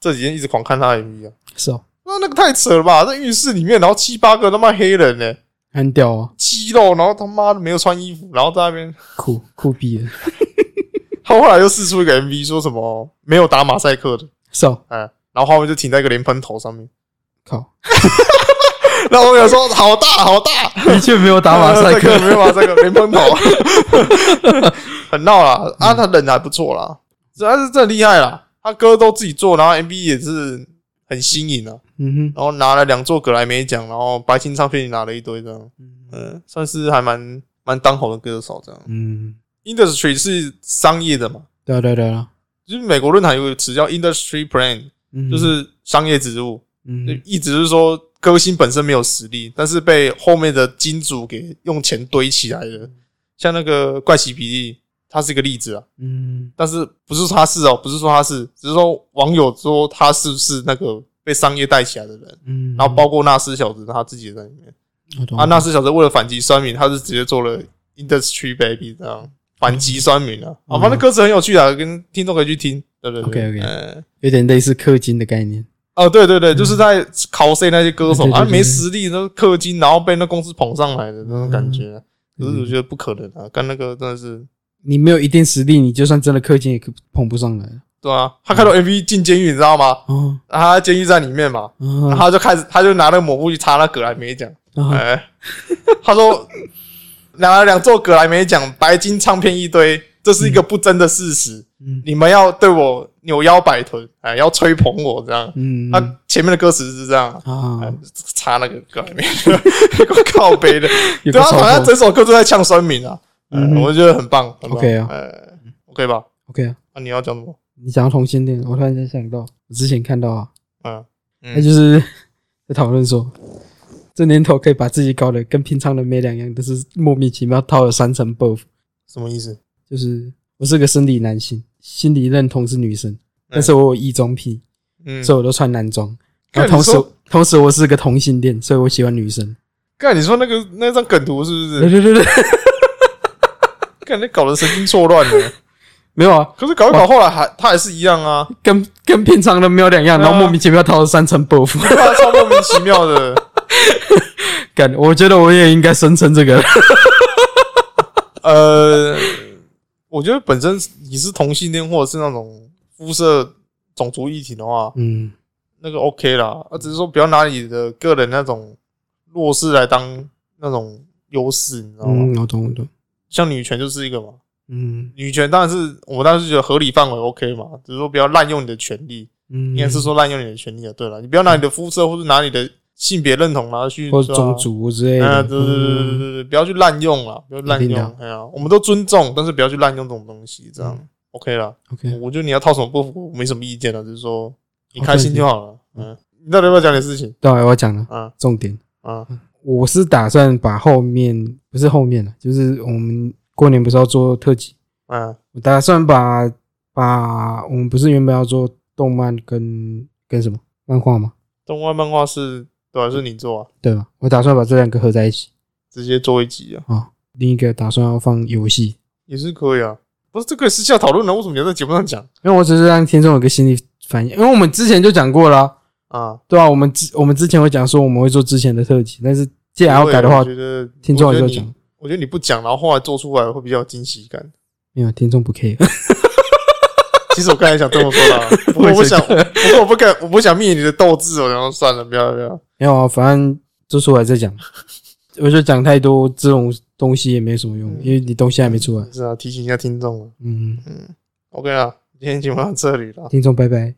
Speaker 2: 这几天一直狂看他的 MV 啊，
Speaker 3: 是哦，
Speaker 2: 那那个太扯了吧？在浴室里面，然后七八个他妈黑人呢、
Speaker 3: 很屌啊，
Speaker 2: 肌肉，然后他妈的没有穿衣服，然后在那边，
Speaker 3: 酷酷毙了，
Speaker 2: 他后来又试出一个 MV，说什么没有打马赛克的，
Speaker 3: 是哦，
Speaker 2: 哎，然后画面就停在一个莲蓬头上面，
Speaker 3: 靠，
Speaker 2: 然后我想说好大好大，
Speaker 3: 的确没有打马赛
Speaker 2: 呃
Speaker 3: 克嗯
Speaker 2: 这个没有马赛克，没碰头，很闹啦。啊，他人还不错啦，这他是真的厉害啦，他歌都自己做，然后 MV 也是很新颖啊，
Speaker 3: 嗯哼，
Speaker 2: 然后拿了两座格莱美奖，然后白金唱片也拿了一堆这样，嗯，算是还蛮蛮当红的歌手这样。
Speaker 3: 嗯，
Speaker 2: Industry 是商业的嘛，
Speaker 3: 对啊对啊对啊，
Speaker 2: 就是美国论坛有个词叫 Industry Plan，
Speaker 3: 嗯哼
Speaker 2: 就是商业植入，
Speaker 3: 嗯
Speaker 2: 就
Speaker 3: 哼
Speaker 2: 意思是说歌星本身没有实力，但是被后面的金主给用钱堆起来的。像那个怪奇比利，他是一个例子啊，
Speaker 3: 嗯
Speaker 2: 但是不是说他是哦，不是说他是，只是说网友说他是不是那个被商业带起来的人，
Speaker 3: 嗯，
Speaker 2: 然后包括纳斯小子他自己也在里面。
Speaker 3: 我懂
Speaker 2: 啊，纳斯小子为了反击酸民，他是直接做了 Industry Baby 这样反击酸民啊。啊，
Speaker 3: 嗯
Speaker 2: 反正歌词很有趣啊，跟听众可以去听。对对对
Speaker 3: OK，OK
Speaker 2: 嗯
Speaker 3: 有点类似氪金的概念，
Speaker 2: 哦，对对对，就是在 cos 那些歌手
Speaker 3: 嗯对对对
Speaker 2: 啊，
Speaker 3: 对
Speaker 2: 没实力，都氪金，然后被那公司捧上来的那种
Speaker 3: 嗯
Speaker 2: 感觉。啊可是我觉得不可能啊，干那个真的是，
Speaker 3: 你没有一定实力，你就算真的氪金也捧不上来
Speaker 2: 对啊，他看到 MV 进监狱，你知道吗？
Speaker 3: 哦，
Speaker 2: 啊他在监狱站里面嘛，然后
Speaker 3: 啊
Speaker 2: 他就开始，他就拿那个抹布去擦那葛莱美奖，
Speaker 3: 啊
Speaker 2: 哎，他说拿了两座葛莱美奖，白金唱片一堆，这是一个不争的事实。
Speaker 3: 嗯
Speaker 2: 你们要对我扭腰摆臀，哎，要吹捧我这样。
Speaker 3: 嗯
Speaker 2: 他前面的歌词是这样，哎
Speaker 3: 啊，
Speaker 2: 插那个葛莱美， 靠背的，对
Speaker 3: 有个
Speaker 2: 啊，
Speaker 3: 操
Speaker 2: 好像
Speaker 3: 作
Speaker 2: 整首歌都在呛酸民啊，哎
Speaker 3: 嗯哼
Speaker 2: 我觉得很棒，很棒
Speaker 3: OK 啊
Speaker 2: 哎，OK 吧？
Speaker 3: OK 啊，
Speaker 2: 那你要讲什么？
Speaker 3: 你讲到同性恋，我突然间想到，我之前看到啊，
Speaker 2: 嗯，
Speaker 3: 那就是 在讨论说，这年头可以把自己搞得跟平常人没两样，但是莫名其妙套了三层 buff，
Speaker 2: 什么意思？
Speaker 3: 就是我是个生理男性，心理认同是女生，但是我有异装癖，
Speaker 2: 嗯，
Speaker 3: 所以我都穿男装。
Speaker 2: 看
Speaker 3: 然后同
Speaker 2: 你
Speaker 3: 时
Speaker 2: 说，
Speaker 3: 同时我是个同性恋，所以我喜欢女生。
Speaker 2: 干，你说那个那张梗图是不
Speaker 3: 对
Speaker 2: 是？
Speaker 3: 对对对，
Speaker 2: 干，你搞得神经错乱 的。
Speaker 3: 没有啊，
Speaker 2: 可是搞一搞，后来还他还是一样啊，
Speaker 3: 跟跟平常人没有两样，
Speaker 2: 对啊
Speaker 3: 然后莫名其妙套了三层 buff。
Speaker 2: 对啊，超莫名其妙的。
Speaker 3: 感，我觉得我也应该声称 这个。
Speaker 2: 呃，我觉得本身你是同性恋或者是那种肤色、种族议题的话，
Speaker 3: 嗯，
Speaker 2: 那个 OK 啦。啊，只是说不要拿你的个人那种弱势来当那种优势，你知道吗？
Speaker 3: 嗯，我懂我懂。
Speaker 2: 像女权就是一个嘛，
Speaker 3: 嗯
Speaker 2: 女权当然是我们当然是觉得合理范围 OK 嘛，只是说不要滥用你的权利，应
Speaker 3: 嗯，
Speaker 2: 该是说滥用你的权利啊。对了，你不要拿你的肤色或者拿你的性别认同拿去
Speaker 3: 或
Speaker 2: 说
Speaker 3: 者
Speaker 2: 啊
Speaker 3: 种族之类
Speaker 2: 啊，
Speaker 3: 的。
Speaker 2: 对对对对对
Speaker 3: 嗯
Speaker 2: 对对，不要去滥用了，不要滥
Speaker 3: 一定的嗯
Speaker 2: 用。哎呀，我们都尊重，但是不要去滥用这种东西，这样 OK 了。
Speaker 3: OK，
Speaker 2: 我觉得你要套什么不服，我没什么意见了，只是说
Speaker 3: 哦
Speaker 2: 你开心就好了。嗯，你到底要不要讲点事情？
Speaker 3: 到我要讲了，
Speaker 2: 啊
Speaker 3: 重点。
Speaker 2: 啊，
Speaker 3: 我是打算把后面不是后面了，啊就是我们过年不是要做特辑，
Speaker 2: 嗯
Speaker 3: 我打算把把我们不是原本要做动漫跟跟什么漫画吗？
Speaker 2: 动画漫画是对吧？是你做啊，
Speaker 3: 对吧？我打算把这两个合在一起
Speaker 2: 直接做一集啊，
Speaker 3: 啊、另一个打算要放游戏，
Speaker 2: 也是可以啊。不是这个私下讨论的，啊为什么你要在节目上讲
Speaker 3: 因为我只是让听众有个心理反应，因为我们之前就讲过了啊、
Speaker 2: 啊？
Speaker 3: 对啊，我们之我们之前会讲说我们会做之前的特辑，但是既然要改的
Speaker 2: 我
Speaker 3: 话，
Speaker 2: 觉得
Speaker 3: 听众
Speaker 2: 我
Speaker 3: 还
Speaker 2: 觉
Speaker 3: 是
Speaker 2: 得
Speaker 3: 要
Speaker 2: 你
Speaker 3: 讲，，
Speaker 2: 我觉得你不讲，然后后来做出来会比较有惊喜感。
Speaker 3: 没有听众不 care，
Speaker 2: 其实我刚才想这么说 的啊，不过我不想，不过我不敢，我不想灭你的斗志，我哦然后算了，不要不要。
Speaker 3: 没有啊，反正做出来再 讲。我觉得讲太多这种东西也没什么用，
Speaker 2: 嗯
Speaker 3: 因为你东西还没出来。
Speaker 2: 是啊，提醒一下听众啊。
Speaker 3: 嗯，
Speaker 2: OK 啊，今天节目到这里了。
Speaker 3: 听众拜拜，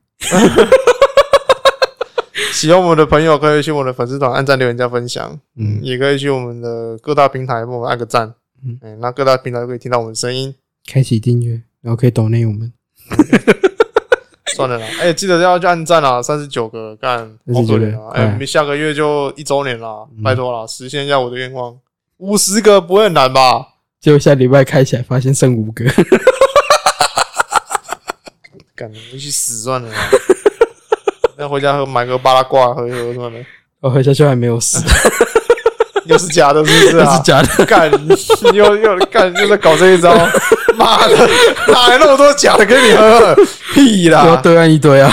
Speaker 2: 喜欢我们的朋友可以去我们的粉丝团按赞、留言、加分享，
Speaker 3: 嗯
Speaker 2: 也可以去我们的各大平台帮我们按个赞。
Speaker 3: 嗯
Speaker 2: 哎，那各大平台都可以听到我们的声音。
Speaker 3: 开启订阅，然后可以抖内我们。
Speaker 2: 算了啦，哎，记得要去按赞啊，三十九个，干好可怜啊！
Speaker 3: 39个嗯
Speaker 2: 哎，下个月就一周年啦，拜托啦，实现一下我的愿望，五十个不会很难吧？
Speaker 3: 结果下礼拜开起来发现剩 五个，
Speaker 2: 干，你去死算了 啦。那回家喝买个巴拉挂喝一喝算了，
Speaker 3: 我回哦家就还没有死，
Speaker 2: 又是假的， 是不是
Speaker 3: 这
Speaker 2: 啊
Speaker 3: 是？假 的。
Speaker 2: 干，你又又干，又在搞这一 招，妈的，哪来那么多假的给你喝？屁
Speaker 3: 要
Speaker 2: 啦，
Speaker 3: 对岸一 堆啊！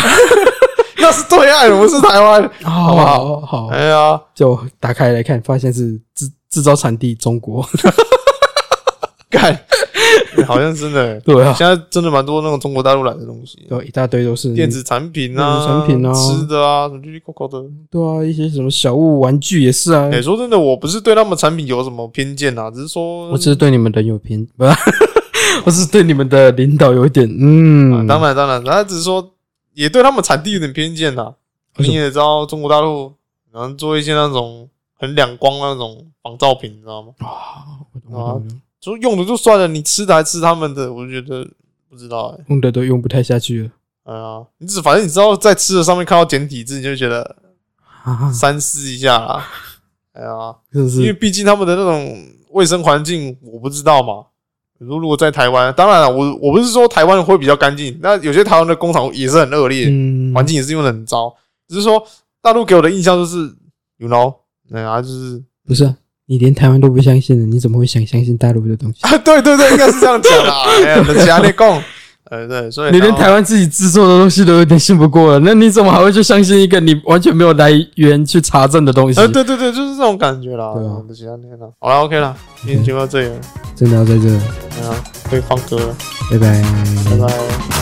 Speaker 2: 那是对岸，我们是台湾。
Speaker 3: 好啊好好，
Speaker 2: 哎呀，
Speaker 3: 就打开来看，发现是制制造产地中国。
Speaker 2: 干，好像真的欸，
Speaker 3: 对 啊，
Speaker 2: 现在真的蛮多那种中国大陆来的东西，
Speaker 3: 有一大堆都是
Speaker 2: 电子产品啊，
Speaker 3: 嗯电子产品啊
Speaker 2: 吃的啊，什么滴滴扣扣的。
Speaker 3: 对啊，一些什么小物、玩具也是啊。
Speaker 2: 哎，说真的，我不是对他们产品有什么偏见啊，只是说
Speaker 3: 我只是对你们人有偏，不是啊 我是对你们的领导有一点，嗯，
Speaker 2: 啊，当然当然，他只是说也对他们产地有点偏见呐。
Speaker 3: 为什么
Speaker 2: 你也知道中国大陆，然后做一些那种很两光那种仿造品，你知道吗？
Speaker 3: 啊，我懂
Speaker 2: 啊
Speaker 3: 我懂
Speaker 2: 就用的就算了，你吃的还吃他们的，我就觉得不知道哎、
Speaker 3: 用的都用不太下去了
Speaker 2: 哎呀，你只反正你知道在吃的上面看到简体字，你就觉得
Speaker 3: 啊，
Speaker 2: 三思一下啦。哎呀，
Speaker 3: 真的
Speaker 2: 因为
Speaker 3: 是
Speaker 2: 毕竟他们的那种卫生环境我不知道嘛。如如果在台湾，当然了，我我不是说台湾会比较干净，那有些台湾的工厂也是很恶劣，
Speaker 3: 嗯，
Speaker 2: 环境也是用的很糟。只是说大陆给我的印象就是，you know，哎呀，就是
Speaker 3: 不是啊，你连台湾都不相信了，你怎么会想相信大陆的东西？
Speaker 2: 啊，对对对，应该是这样讲啦。哎呀，其他内供，呃，对，所以
Speaker 3: 你连
Speaker 2: 然后
Speaker 3: 台湾自己制作的东西都有点信不过了，那你怎么还会去相信一个你完全没有来源去查证的东西
Speaker 2: 呃，？对对对，就是这种感觉啦。
Speaker 3: 对啊
Speaker 2: 不其他天了。好了，OK 了，今天节目到这里了，
Speaker 3: 真的要在这，
Speaker 2: 哎呀，可以放歌了，
Speaker 3: 拜拜
Speaker 2: 拜拜。